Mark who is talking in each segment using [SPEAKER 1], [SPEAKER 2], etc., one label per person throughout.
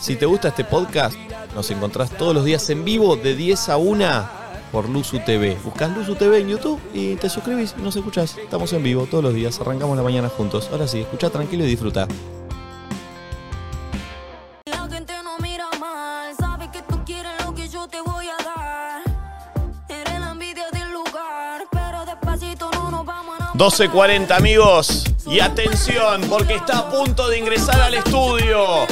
[SPEAKER 1] Si te gusta este podcast, nos encontrás todos los días en vivo de 10 a 1 por Luzu TV. Buscás Luzu TV en YouTube y te suscribís y nos escuchás. Estamos en vivo todos los días, arrancamos la mañana juntos. Ahora sí, escucha tranquilo y disfruta.
[SPEAKER 2] La gente no mira mal, sabe que tú quieres lo que yo te voy a dar. Eres la envidia del lugar, pero despacito no nos vamos a
[SPEAKER 1] 12.40 amigos y atención porque está a punto de ingresar al estudio.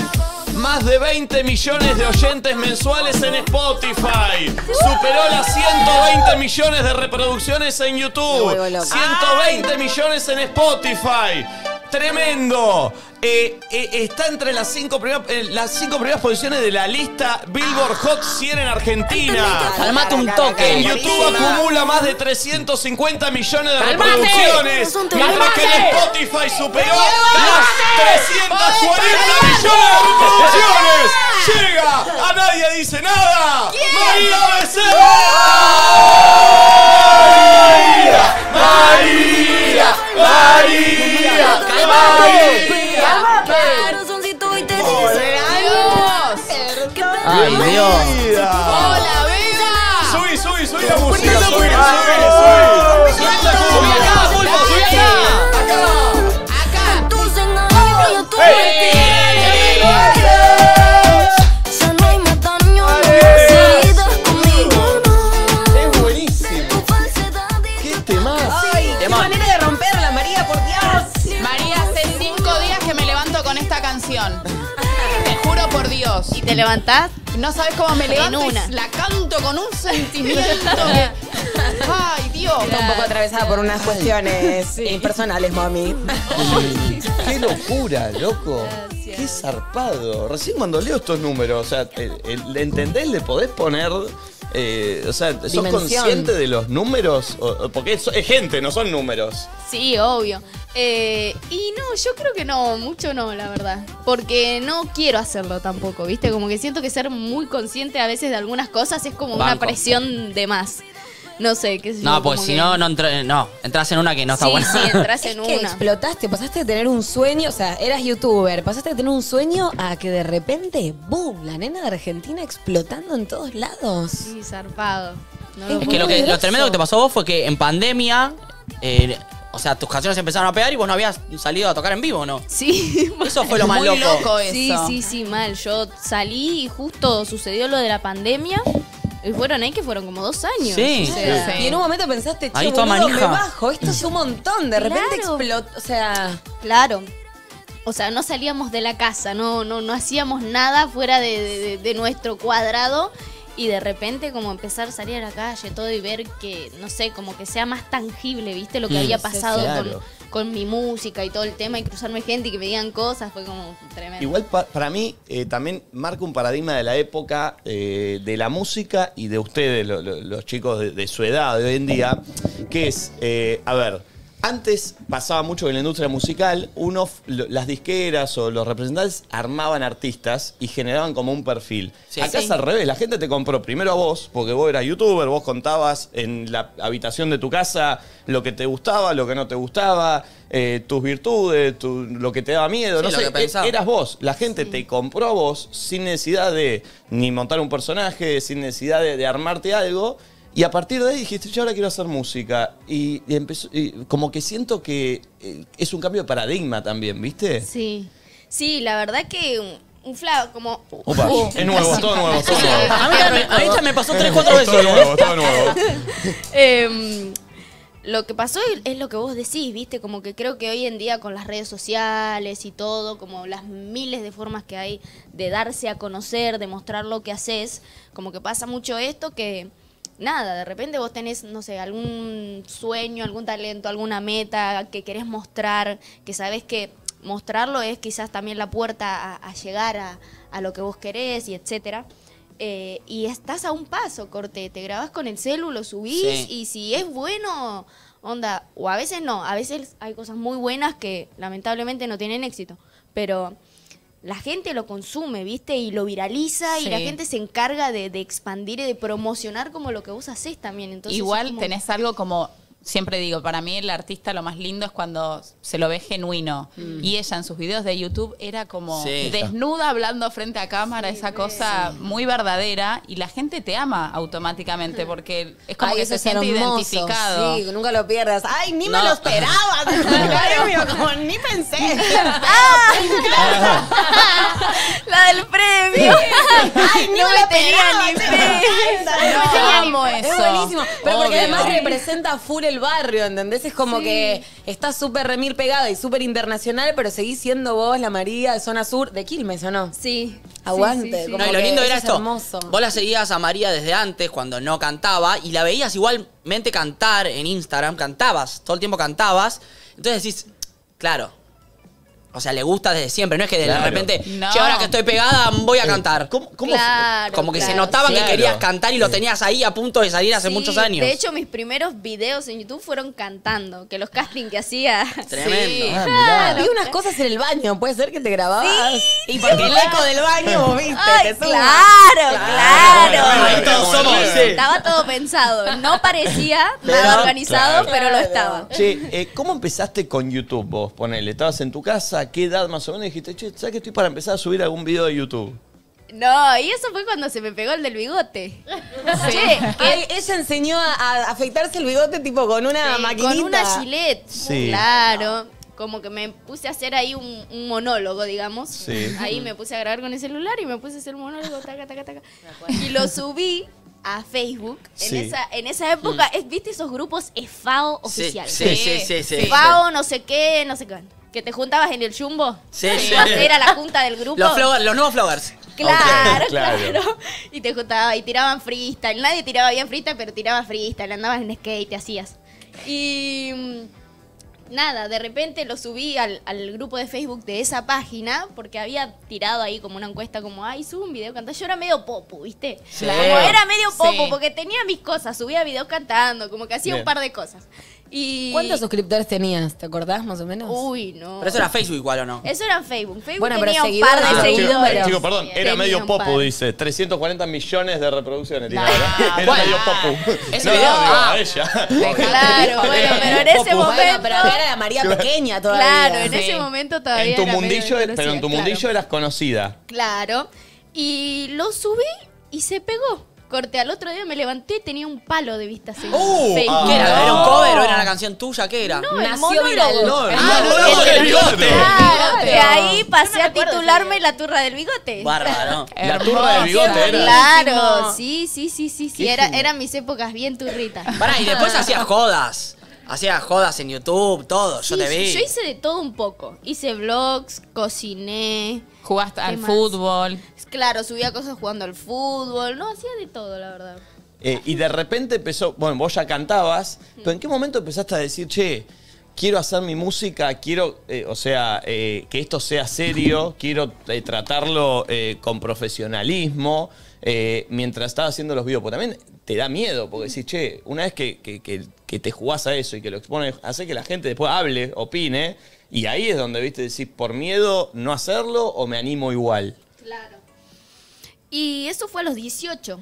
[SPEAKER 1] Más de 20 millones de oyentes mensuales en Spotify. Superó las 120 millones de reproducciones en YouTube. 120 millones en Spotify. Tremendo. Eh, eh, está entre las cinco, primeras, eh, las cinco primeras posiciones de la lista Billboard Hot 100 en Argentina.
[SPEAKER 3] Calmate un toque.
[SPEAKER 1] En YouTube acumula más de 350 millones de reproducciones,
[SPEAKER 2] Asunto
[SPEAKER 1] mientras que en
[SPEAKER 2] ¡Calmate!
[SPEAKER 1] Spotify superó las 340 millones de reproducciones. Llega, a nadie dice nada. María Becerra. María, María, María,
[SPEAKER 2] dar. Corazoncito y te dice que te
[SPEAKER 3] Ay, Dios.
[SPEAKER 1] María.
[SPEAKER 4] ¡Hola, Vega!
[SPEAKER 1] Subí, subí, subí la música, subí, subí, subí. Subí la
[SPEAKER 4] Subí acá,
[SPEAKER 1] cumbia,
[SPEAKER 4] Pulpo, subí
[SPEAKER 1] acá.
[SPEAKER 4] ¡Acá!
[SPEAKER 2] Entonces nadie yo tuve
[SPEAKER 1] Ey.
[SPEAKER 2] que Ya no hay más daño, no decidas conmigo no.
[SPEAKER 1] Es buenísimo.
[SPEAKER 2] Tu falsedad y
[SPEAKER 1] Qué temazo.
[SPEAKER 5] Ay, qué
[SPEAKER 3] Demon.
[SPEAKER 5] manera de romperla, María, por Dios.
[SPEAKER 4] María, hace cinco días que me levanto con esta canción. Te juro por Dios.
[SPEAKER 6] ¿Te levantás?
[SPEAKER 4] No sabes cómo me levanto. y
[SPEAKER 6] una.
[SPEAKER 4] La canto con un sentimiento. que- Ay, Dios.
[SPEAKER 5] Está un poco atravesada por unas cuestiones personales, mami.
[SPEAKER 1] Qué locura, loco. Qué zarpado. Recién cuando leo estos números, o sea, te- el- le ¿entendés? ¿Le podés poner? eh, o sea, ¿sos
[SPEAKER 5] Dimensión.
[SPEAKER 1] consciente de los números? O- o- porque es, es gente, no son números.
[SPEAKER 6] Sí, obvio. Eh, y no, yo creo que no, mucho no, la verdad. Porque no quiero hacerlo tampoco, ¿viste? Como que siento que ser muy consciente a veces de algunas cosas es como una
[SPEAKER 3] Banco.
[SPEAKER 6] presión de más. No sé, qué sé yo,
[SPEAKER 3] No, pues
[SPEAKER 6] como
[SPEAKER 3] si
[SPEAKER 6] que-
[SPEAKER 3] no, no, entra- no, entras en una que no está
[SPEAKER 6] sí,
[SPEAKER 3] buena.
[SPEAKER 6] sí, entras
[SPEAKER 5] Es
[SPEAKER 6] en
[SPEAKER 5] que
[SPEAKER 6] una.
[SPEAKER 5] explotaste, pasaste de tener un sueño, o sea, eras youtuber, pasaste de tener un sueño a que de repente, boom, la nena de Argentina explotando en todos lados.
[SPEAKER 6] Sí, zarpado. No
[SPEAKER 5] Es
[SPEAKER 6] lo
[SPEAKER 3] Es que lo, que lo
[SPEAKER 5] Poderoso.
[SPEAKER 3] tremendo que te pasó a vos fue que en pandemia, eh, o sea, tus canciones empezaron a pegar y vos no habías salido a tocar en vivo, ¿no?
[SPEAKER 6] Sí,
[SPEAKER 3] Eso fue lo más
[SPEAKER 4] Muy
[SPEAKER 3] loco.
[SPEAKER 4] loco eso.
[SPEAKER 6] Sí, sí, sí, mal. Yo salí y justo sucedió lo de la pandemia. Y fueron ahí que fueron como dos años.
[SPEAKER 3] Sí.
[SPEAKER 6] O sea,
[SPEAKER 4] Sí.
[SPEAKER 5] Y en un momento pensaste, che,
[SPEAKER 3] Ahí toda
[SPEAKER 5] boludo, me
[SPEAKER 3] manija.
[SPEAKER 5] bajo, esto es un montón, de repente
[SPEAKER 6] Claro.
[SPEAKER 5] explotó, o sea...
[SPEAKER 6] Claro. O sea, no salíamos de la casa, no, no, no hacíamos nada fuera de, de- de- de nuestro cuadrado. Y de repente como empezar a salir a la calle, todo y ver que, no sé, como que sea más tangible, ¿viste? Lo que
[SPEAKER 3] Mm,
[SPEAKER 6] había
[SPEAKER 3] sí,
[SPEAKER 6] pasado
[SPEAKER 1] claro.
[SPEAKER 6] con, con mi música y todo el tema y cruzarme gente y que me digan cosas, fue como tremendo.
[SPEAKER 1] Igual pa- para mí eh, también marca un paradigma de la época eh, de la música y de ustedes, lo- lo- los chicos de, de su edad de hoy en día, que es, eh, a ver, antes pasaba mucho que en la industria musical, uno, f- lo- las disqueras o los representantes armaban artistas y generaban como un perfil.
[SPEAKER 3] Sí.
[SPEAKER 1] Acá
[SPEAKER 3] Sí.
[SPEAKER 1] es al revés, la gente te compró primero a vos, porque vos eras youtuber, vos contabas en la habitación de tu casa lo que te gustaba, lo que no te gustaba, eh, tus virtudes, tu- lo que te daba miedo,
[SPEAKER 3] Sí,
[SPEAKER 1] no
[SPEAKER 3] lo
[SPEAKER 1] sé,
[SPEAKER 3] que
[SPEAKER 1] e-
[SPEAKER 3] pensaba.
[SPEAKER 1] eras vos. La gente te compró a vos sin necesidad de ni montar un personaje, sin necesidad de, de armarte algo. Y a partir de ahí dijiste, yo ahora quiero hacer música. Y, y empezó, y como que siento que eh, es un cambio de paradigma también, ¿viste?
[SPEAKER 6] Sí. Sí, la verdad que un, un fla- como...
[SPEAKER 1] Opa,
[SPEAKER 6] Uh,
[SPEAKER 1] es nuevo, es todo nuevo, es todo nuevo.
[SPEAKER 3] A mí, también- a mí también me pasó 3, 4 veces.
[SPEAKER 1] todo nuevo.
[SPEAKER 6] Em, lo que pasó es lo que vos decís, ¿viste? Como que creo que hoy en día con las redes sociales y todo, como las miles de formas que hay de darse a conocer, de mostrar lo que haces, como que pasa mucho esto que nada, de repente vos tenés, no sé, algún sueño, algún talento, alguna meta que querés mostrar, que sabés que mostrarlo es quizás también la puerta a, a llegar a, a lo que vos querés y etcétera. Eh, y estás a un paso, corte, te grabás con el celu, lo subís
[SPEAKER 3] Sí.
[SPEAKER 6] y si es bueno, onda, o a veces no, a veces hay cosas muy buenas que lamentablemente no tienen éxito, pero la gente lo consume, ¿viste? Y lo viraliza y
[SPEAKER 4] Sí.
[SPEAKER 6] la gente se encarga de, de expandir y de promocionar como lo que vos hacés también. Entonces, es
[SPEAKER 4] Igual
[SPEAKER 6] como-
[SPEAKER 4] tenés algo como siempre digo, para mí el artista lo más lindo es cuando se lo ve genuino.
[SPEAKER 5] Mm.
[SPEAKER 4] Y ella en sus videos de YouTube era como
[SPEAKER 3] Sí.
[SPEAKER 4] desnuda hablando frente a cámara, esa cosa muy verdadera. Y la gente te ama automáticamente porque es como
[SPEAKER 5] Ay,
[SPEAKER 4] que
[SPEAKER 5] eso
[SPEAKER 4] se
[SPEAKER 5] es
[SPEAKER 4] siente
[SPEAKER 5] hermoso,
[SPEAKER 4] identificado.
[SPEAKER 5] Sí, nunca lo pierdas. Ay, ni me
[SPEAKER 3] No.
[SPEAKER 5] lo esperaba. Claro, como ni pensé.
[SPEAKER 6] La del premio.
[SPEAKER 5] Ay, ni
[SPEAKER 6] No
[SPEAKER 5] me
[SPEAKER 6] me
[SPEAKER 5] lo esperaba.
[SPEAKER 6] tenía ni
[SPEAKER 5] che.
[SPEAKER 4] No, amo eso.
[SPEAKER 5] Es buenísimo. Pero porque
[SPEAKER 4] Obvio.
[SPEAKER 5] además representa full el barrio, ¿entendés? Es como que está súper remir pegada y súper internacional, pero seguís siendo vos la María de zona sur de Quilmes, ¿o no?
[SPEAKER 6] Sí.
[SPEAKER 5] Aguante.
[SPEAKER 6] Sí, sí, sí.
[SPEAKER 5] como
[SPEAKER 3] No, y lo
[SPEAKER 5] que
[SPEAKER 3] lindo
[SPEAKER 5] eso
[SPEAKER 3] era
[SPEAKER 5] es
[SPEAKER 3] esto.
[SPEAKER 5] hermoso.
[SPEAKER 3] Vos la seguías a María desde antes, cuando no cantaba, y la veías igualmente cantar en Instagram, cantabas, todo el tiempo cantabas. Entonces decís, claro. O sea, le gusta desde siempre, no es que de
[SPEAKER 7] Claro.
[SPEAKER 3] repente,
[SPEAKER 4] No.
[SPEAKER 3] che, ahora que estoy pegada, voy a cantar.
[SPEAKER 7] ¿Cómo, cómo
[SPEAKER 6] Claro,
[SPEAKER 3] Como que se
[SPEAKER 6] claro,
[SPEAKER 3] notaba
[SPEAKER 6] sí.
[SPEAKER 3] que querías cantar y lo tenías ahí a punto de salir hace
[SPEAKER 6] Sí,
[SPEAKER 3] muchos años.
[SPEAKER 6] De hecho, mis primeros videos en YouTube fueron cantando, que los castings que hacía.
[SPEAKER 3] Tremendo.
[SPEAKER 4] Sí.
[SPEAKER 1] Ah, mirá.
[SPEAKER 5] Vi unas cosas en el baño, puede ser que te grababas.
[SPEAKER 3] Y porque el eco del baño, vos viste,
[SPEAKER 6] Ay, claro, claro.
[SPEAKER 7] Ahí todos somos, sí.
[SPEAKER 6] Estaba todo pensado. No parecía nada organizado, pero lo estaba.
[SPEAKER 1] Che, eh, ¿cómo empezaste con YouTube vos? Ponele, estabas en tu casa, ¿a qué edad más o menos? Dijiste, che, ¿sabes que estoy para empezar a subir algún video de YouTube?
[SPEAKER 6] No, y eso fue cuando se me pegó el del bigote. Che,
[SPEAKER 5] Ay, ella enseñó a, a afeitarse el bigote tipo con una maquinita.
[SPEAKER 6] eh, con una gilet.
[SPEAKER 1] Sí.
[SPEAKER 6] Claro. Como que me puse a hacer ahí un, un monólogo, digamos.
[SPEAKER 1] Sí.
[SPEAKER 6] Ahí me puse a grabar con el celular y me puse a hacer un monólogo, taca, taca, taca. Y lo subí a Facebook. En,
[SPEAKER 1] Sí.
[SPEAKER 6] esa, en esa época, es- ¿viste esos grupos EFAO oficial?
[SPEAKER 3] Mm. Sí, sí, sí, sí. sí.
[SPEAKER 6] FAO, no sé qué, no sé qué. Que te juntabas en el jumbo.
[SPEAKER 3] Sí, sí.
[SPEAKER 6] Era la junta del grupo.
[SPEAKER 3] Los, flogger- los nuevos floggers.
[SPEAKER 6] Claro,
[SPEAKER 1] Ok, claro.
[SPEAKER 6] claro, Y te juntaba y tiraban freestyle. Nadie tiraba bien freestyle, pero tiraba freestyle. Andabas en skate, te hacías. Y. mm, Nada, de repente lo subí al, al grupo de Facebook de esa página porque había tirado ahí como una encuesta como, ay, sube un video cantando. Yo era medio popu, ¿viste?
[SPEAKER 3] Sí.
[SPEAKER 6] Como era medio
[SPEAKER 4] Sí.
[SPEAKER 6] popu porque tenía mis cosas, subía videos cantando, como que hacía
[SPEAKER 1] Bien.
[SPEAKER 6] un par de cosas. Y...
[SPEAKER 5] ¿Cuántos suscriptores tenías? ¿Te acordás más o menos?
[SPEAKER 6] Uy, no.
[SPEAKER 3] Pero eso era Facebook igual, ¿o no?
[SPEAKER 6] Eso era en Facebook. Facebook
[SPEAKER 5] Bueno, pero
[SPEAKER 6] tenía un par
[SPEAKER 5] seguidores,
[SPEAKER 6] de
[SPEAKER 7] Chico,
[SPEAKER 5] seguidores.
[SPEAKER 6] seguidores.
[SPEAKER 7] eh, chico, perdón, era
[SPEAKER 6] Tenía
[SPEAKER 7] medio
[SPEAKER 6] un
[SPEAKER 7] popu,
[SPEAKER 6] par.
[SPEAKER 7] dice. 340 millones de reproducciones tiene
[SPEAKER 4] Nah,
[SPEAKER 7] ahora. Era
[SPEAKER 4] bueno.
[SPEAKER 7] medio popu.
[SPEAKER 3] Ese
[SPEAKER 7] no,
[SPEAKER 3] video-
[SPEAKER 7] no, digo,
[SPEAKER 3] ah.
[SPEAKER 7] a ella.
[SPEAKER 6] Claro, bueno, pero en ese
[SPEAKER 5] Bueno,
[SPEAKER 6] momento.
[SPEAKER 5] pero era la María pequeña todavía.
[SPEAKER 6] Claro, en
[SPEAKER 4] Sí.
[SPEAKER 6] ese momento todavía.
[SPEAKER 7] En tu
[SPEAKER 6] era medio
[SPEAKER 7] mundillo, pero en
[SPEAKER 6] desconocida,
[SPEAKER 7] tu
[SPEAKER 6] claro.
[SPEAKER 7] mundillo eras conocida.
[SPEAKER 6] Claro. Y lo subí y se pegó. Corte, al otro día me levanté y tenía un palo de vistas en
[SPEAKER 7] Uh,
[SPEAKER 6] Facebook.
[SPEAKER 7] ah.
[SPEAKER 3] ¿Qué era?
[SPEAKER 7] No.
[SPEAKER 3] ¿Era un cover o era la canción tuya? ¿Qué era?
[SPEAKER 6] No, el
[SPEAKER 5] Nació
[SPEAKER 6] monólogo.
[SPEAKER 5] viral. No,
[SPEAKER 7] el
[SPEAKER 6] Ah,
[SPEAKER 7] monólogo
[SPEAKER 6] el
[SPEAKER 7] del bigote.
[SPEAKER 6] Claro, de ahí
[SPEAKER 5] Yo
[SPEAKER 6] pasé
[SPEAKER 5] no me
[SPEAKER 6] a
[SPEAKER 5] acuerdo
[SPEAKER 6] titularme la turra del bigote.
[SPEAKER 3] Bárbaro.
[SPEAKER 7] La turba del bigote era.
[SPEAKER 6] Claro,
[SPEAKER 5] Buenísimo.
[SPEAKER 6] sí, sí, sí, sí, sí. Era, eran mis épocas bien turritas.
[SPEAKER 3] Pará, y después hacías jodas. Hacías jodas en YouTube, todo. yo
[SPEAKER 6] Sí,
[SPEAKER 3] te vi.
[SPEAKER 6] Yo hice de todo un poco. Hice vlogs, cociné.
[SPEAKER 4] Jugaste al
[SPEAKER 6] más?
[SPEAKER 4] fútbol.
[SPEAKER 6] Claro, subía cosas jugando al fútbol. No, hacía de todo, la verdad.
[SPEAKER 1] Eh, y de repente empezó, bueno, vos ya cantabas, pero ¿en qué momento empezaste a decir, che, quiero hacer mi música, quiero, eh, o sea, eh, que esto sea serio, quiero eh, tratarlo eh, con profesionalismo, eh, mientras estaba haciendo los videos? Porque también te da miedo, porque decís, che, una vez que, que- que- que te jugás a eso y que lo expones, hace que la gente después hable, opine, y ahí es donde, viste, decís, por miedo no hacerlo o me animo igual.
[SPEAKER 6] Claro. Y eso fue a los 18.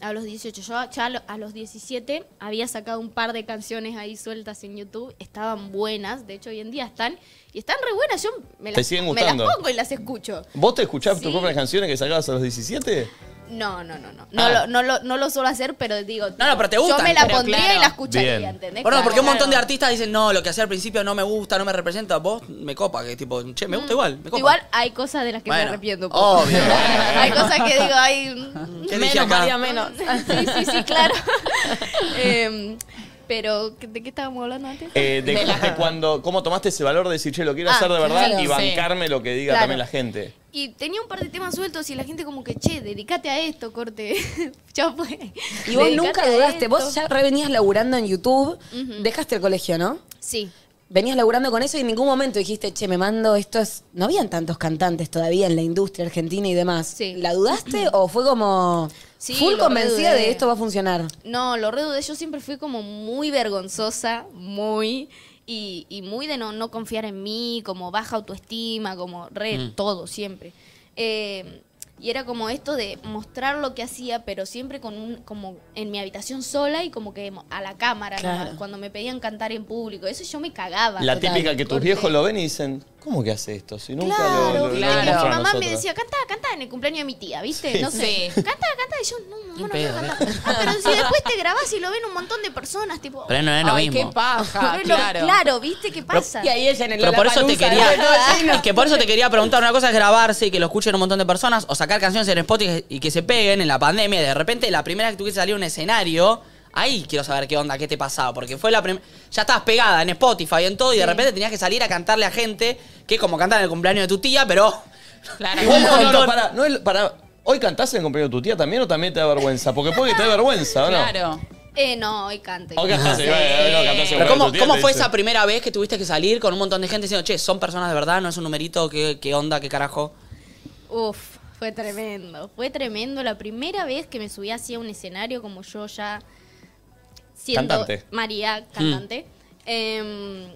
[SPEAKER 6] A los 18. Yo ya a lo- a los 17 había sacado un par de canciones ahí sueltas en YouTube. Estaban buenas. De hecho, hoy en día están. Y están re buenas. Yo me
[SPEAKER 1] Te
[SPEAKER 6] las,
[SPEAKER 1] siguen
[SPEAKER 6] me las
[SPEAKER 1] gustando.
[SPEAKER 6] pongo y las escucho.
[SPEAKER 1] ¿Vos te escuchás tus
[SPEAKER 6] Sí.
[SPEAKER 1] propias canciones que sacabas a los 17?
[SPEAKER 6] No, no, no, no. No,
[SPEAKER 1] Ah.
[SPEAKER 6] lo, no, lo, no lo suelo hacer, pero digo.
[SPEAKER 3] No, no, pero te
[SPEAKER 6] Yo
[SPEAKER 3] gustan,
[SPEAKER 6] me la
[SPEAKER 3] pero
[SPEAKER 6] pondría
[SPEAKER 4] claro.
[SPEAKER 6] y la escucharía,
[SPEAKER 1] Bien.
[SPEAKER 6] ¿entendés?
[SPEAKER 3] Bueno,
[SPEAKER 6] Claro,
[SPEAKER 3] porque un montón de
[SPEAKER 6] claro.
[SPEAKER 3] artistas dicen, no, lo que hacía al principio no me gusta, no me representa. Vos me copa, que tipo, che, me gusta igual, me copa.
[SPEAKER 6] Mm. Igual hay cosas de las que me
[SPEAKER 3] Bueno,
[SPEAKER 6] arrepiento. un poco.
[SPEAKER 3] Obvio.
[SPEAKER 6] hay cosas que digo, ay.
[SPEAKER 3] ¿Qué dije
[SPEAKER 5] menos,
[SPEAKER 3] acá?
[SPEAKER 5] María, menos.
[SPEAKER 6] Ah, sí, sí, sí, claro. Em, pero, ¿de qué estábamos hablando antes?
[SPEAKER 1] Eh, de, de cuando, cómo tomaste ese valor de decir, che, lo quiero
[SPEAKER 6] Ah,
[SPEAKER 1] hacer de verdad
[SPEAKER 4] claro,
[SPEAKER 1] y
[SPEAKER 4] sí.
[SPEAKER 1] bancarme lo que diga
[SPEAKER 6] Claro.
[SPEAKER 1] también la gente.
[SPEAKER 6] Y tenía un par de temas sueltos y la gente como que, che, dedícate a esto, corte. ya fue.
[SPEAKER 5] Y vos
[SPEAKER 6] Dedicate
[SPEAKER 5] nunca
[SPEAKER 6] a
[SPEAKER 5] dudaste,
[SPEAKER 6] esto.
[SPEAKER 5] vos ya re venías laburando en YouTube, dejaste el colegio, ¿no?
[SPEAKER 6] Sí.
[SPEAKER 5] Venías laburando con eso y en ningún momento dijiste, che, me mando estos... No habían tantos cantantes todavía en la industria argentina y demás.
[SPEAKER 6] Sí.
[SPEAKER 5] ¿La dudaste o fue como
[SPEAKER 6] Sí,
[SPEAKER 5] full
[SPEAKER 6] lo
[SPEAKER 5] convencida
[SPEAKER 6] redudé.
[SPEAKER 5] de esto va a funcionar?
[SPEAKER 6] No, lo redudé. Yo siempre fui como muy vergonzosa, muy. Y, y muy de no, no
[SPEAKER 1] Mm.
[SPEAKER 6] confiar en mí, como baja autoestima, como re todo siempre. Eh, Y era como esto de mostrar lo que hacía, pero siempre con un, como en mi habitación sola y como que mo- a la cámara,
[SPEAKER 5] Claro.
[SPEAKER 6] nomás, cuando me pedían cantar en público. Eso yo me cagaba.
[SPEAKER 1] La
[SPEAKER 5] Total.
[SPEAKER 1] típica que tus
[SPEAKER 6] Porque-
[SPEAKER 1] viejos lo ven y dicen, ¿cómo que hace esto? Si nunca
[SPEAKER 6] Claro,
[SPEAKER 1] lo, lo- lo,
[SPEAKER 4] claro.
[SPEAKER 1] demostró a
[SPEAKER 6] Mi mamá me
[SPEAKER 1] nosotros".
[SPEAKER 6] decía, canta, canta en el cumpleaños de mi tía, ¿viste?
[SPEAKER 1] Sí.
[SPEAKER 6] No sé.
[SPEAKER 4] Sí.
[SPEAKER 6] Canta, canta. Y yo, no, mamá, no
[SPEAKER 3] pedo,
[SPEAKER 6] quiero cantar. "Ah, Pero si después te grabás y lo ven un montón de personas, tipo.
[SPEAKER 3] Pero no es lo
[SPEAKER 4] Ay, qué
[SPEAKER 3] mismo.
[SPEAKER 4] paja,
[SPEAKER 6] "Bueno,
[SPEAKER 4] claro.
[SPEAKER 6] claro, ¿viste qué pasa?
[SPEAKER 5] Y ahí ella en el
[SPEAKER 3] Pero por eso te
[SPEAKER 5] Lollapalooza,
[SPEAKER 3] quería.
[SPEAKER 5] ¿no? Todo lleno.
[SPEAKER 3] es que por eso te quería preguntar. Una cosa es grabarse y que lo escuchen un montón de personas, o sacar canciones en Spotify y que se peguen en la pandemia. Y de repente, la primera vez que tuviste que salir a un escenario, ahí quiero saber qué onda, qué te pasaba. Porque fue la primera. Ya estabas pegada en Spotify y en todo, y de repente tenías que salir a cantarle a gente que es como cantar en el cumpleaños de tu tía, pero.
[SPEAKER 4] Claro.
[SPEAKER 1] Igual no, no,
[SPEAKER 3] montón.
[SPEAKER 1] no, pará, no es- pará. ¿Hoy cantás en el cumpleaños de tu tía también o también te da vergüenza? Porque puede que te dé vergüenza, ¿o no?
[SPEAKER 4] Claro.
[SPEAKER 6] Eh, no, hoy cante.
[SPEAKER 1] Hoy cantás,
[SPEAKER 6] Sí.
[SPEAKER 1] igual, hoy no cantás en el
[SPEAKER 3] Ah, Pero
[SPEAKER 1] cumpleaños de
[SPEAKER 3] ¿cómo,
[SPEAKER 1] tu tía,
[SPEAKER 3] cómo
[SPEAKER 1] te
[SPEAKER 3] fue
[SPEAKER 1] dice.
[SPEAKER 3] esa primera vez que tuviste que salir con un montón de gente diciendo, che, son personas de verdad, no es un numerito, qué, qué onda, qué carajo?
[SPEAKER 6] Uf, fue tremendo. Fue tremendo. La primera vez que me subí así a un escenario, como yo ya siendo
[SPEAKER 1] Cantante.
[SPEAKER 6] María,
[SPEAKER 3] Mm.
[SPEAKER 6] cantante, em,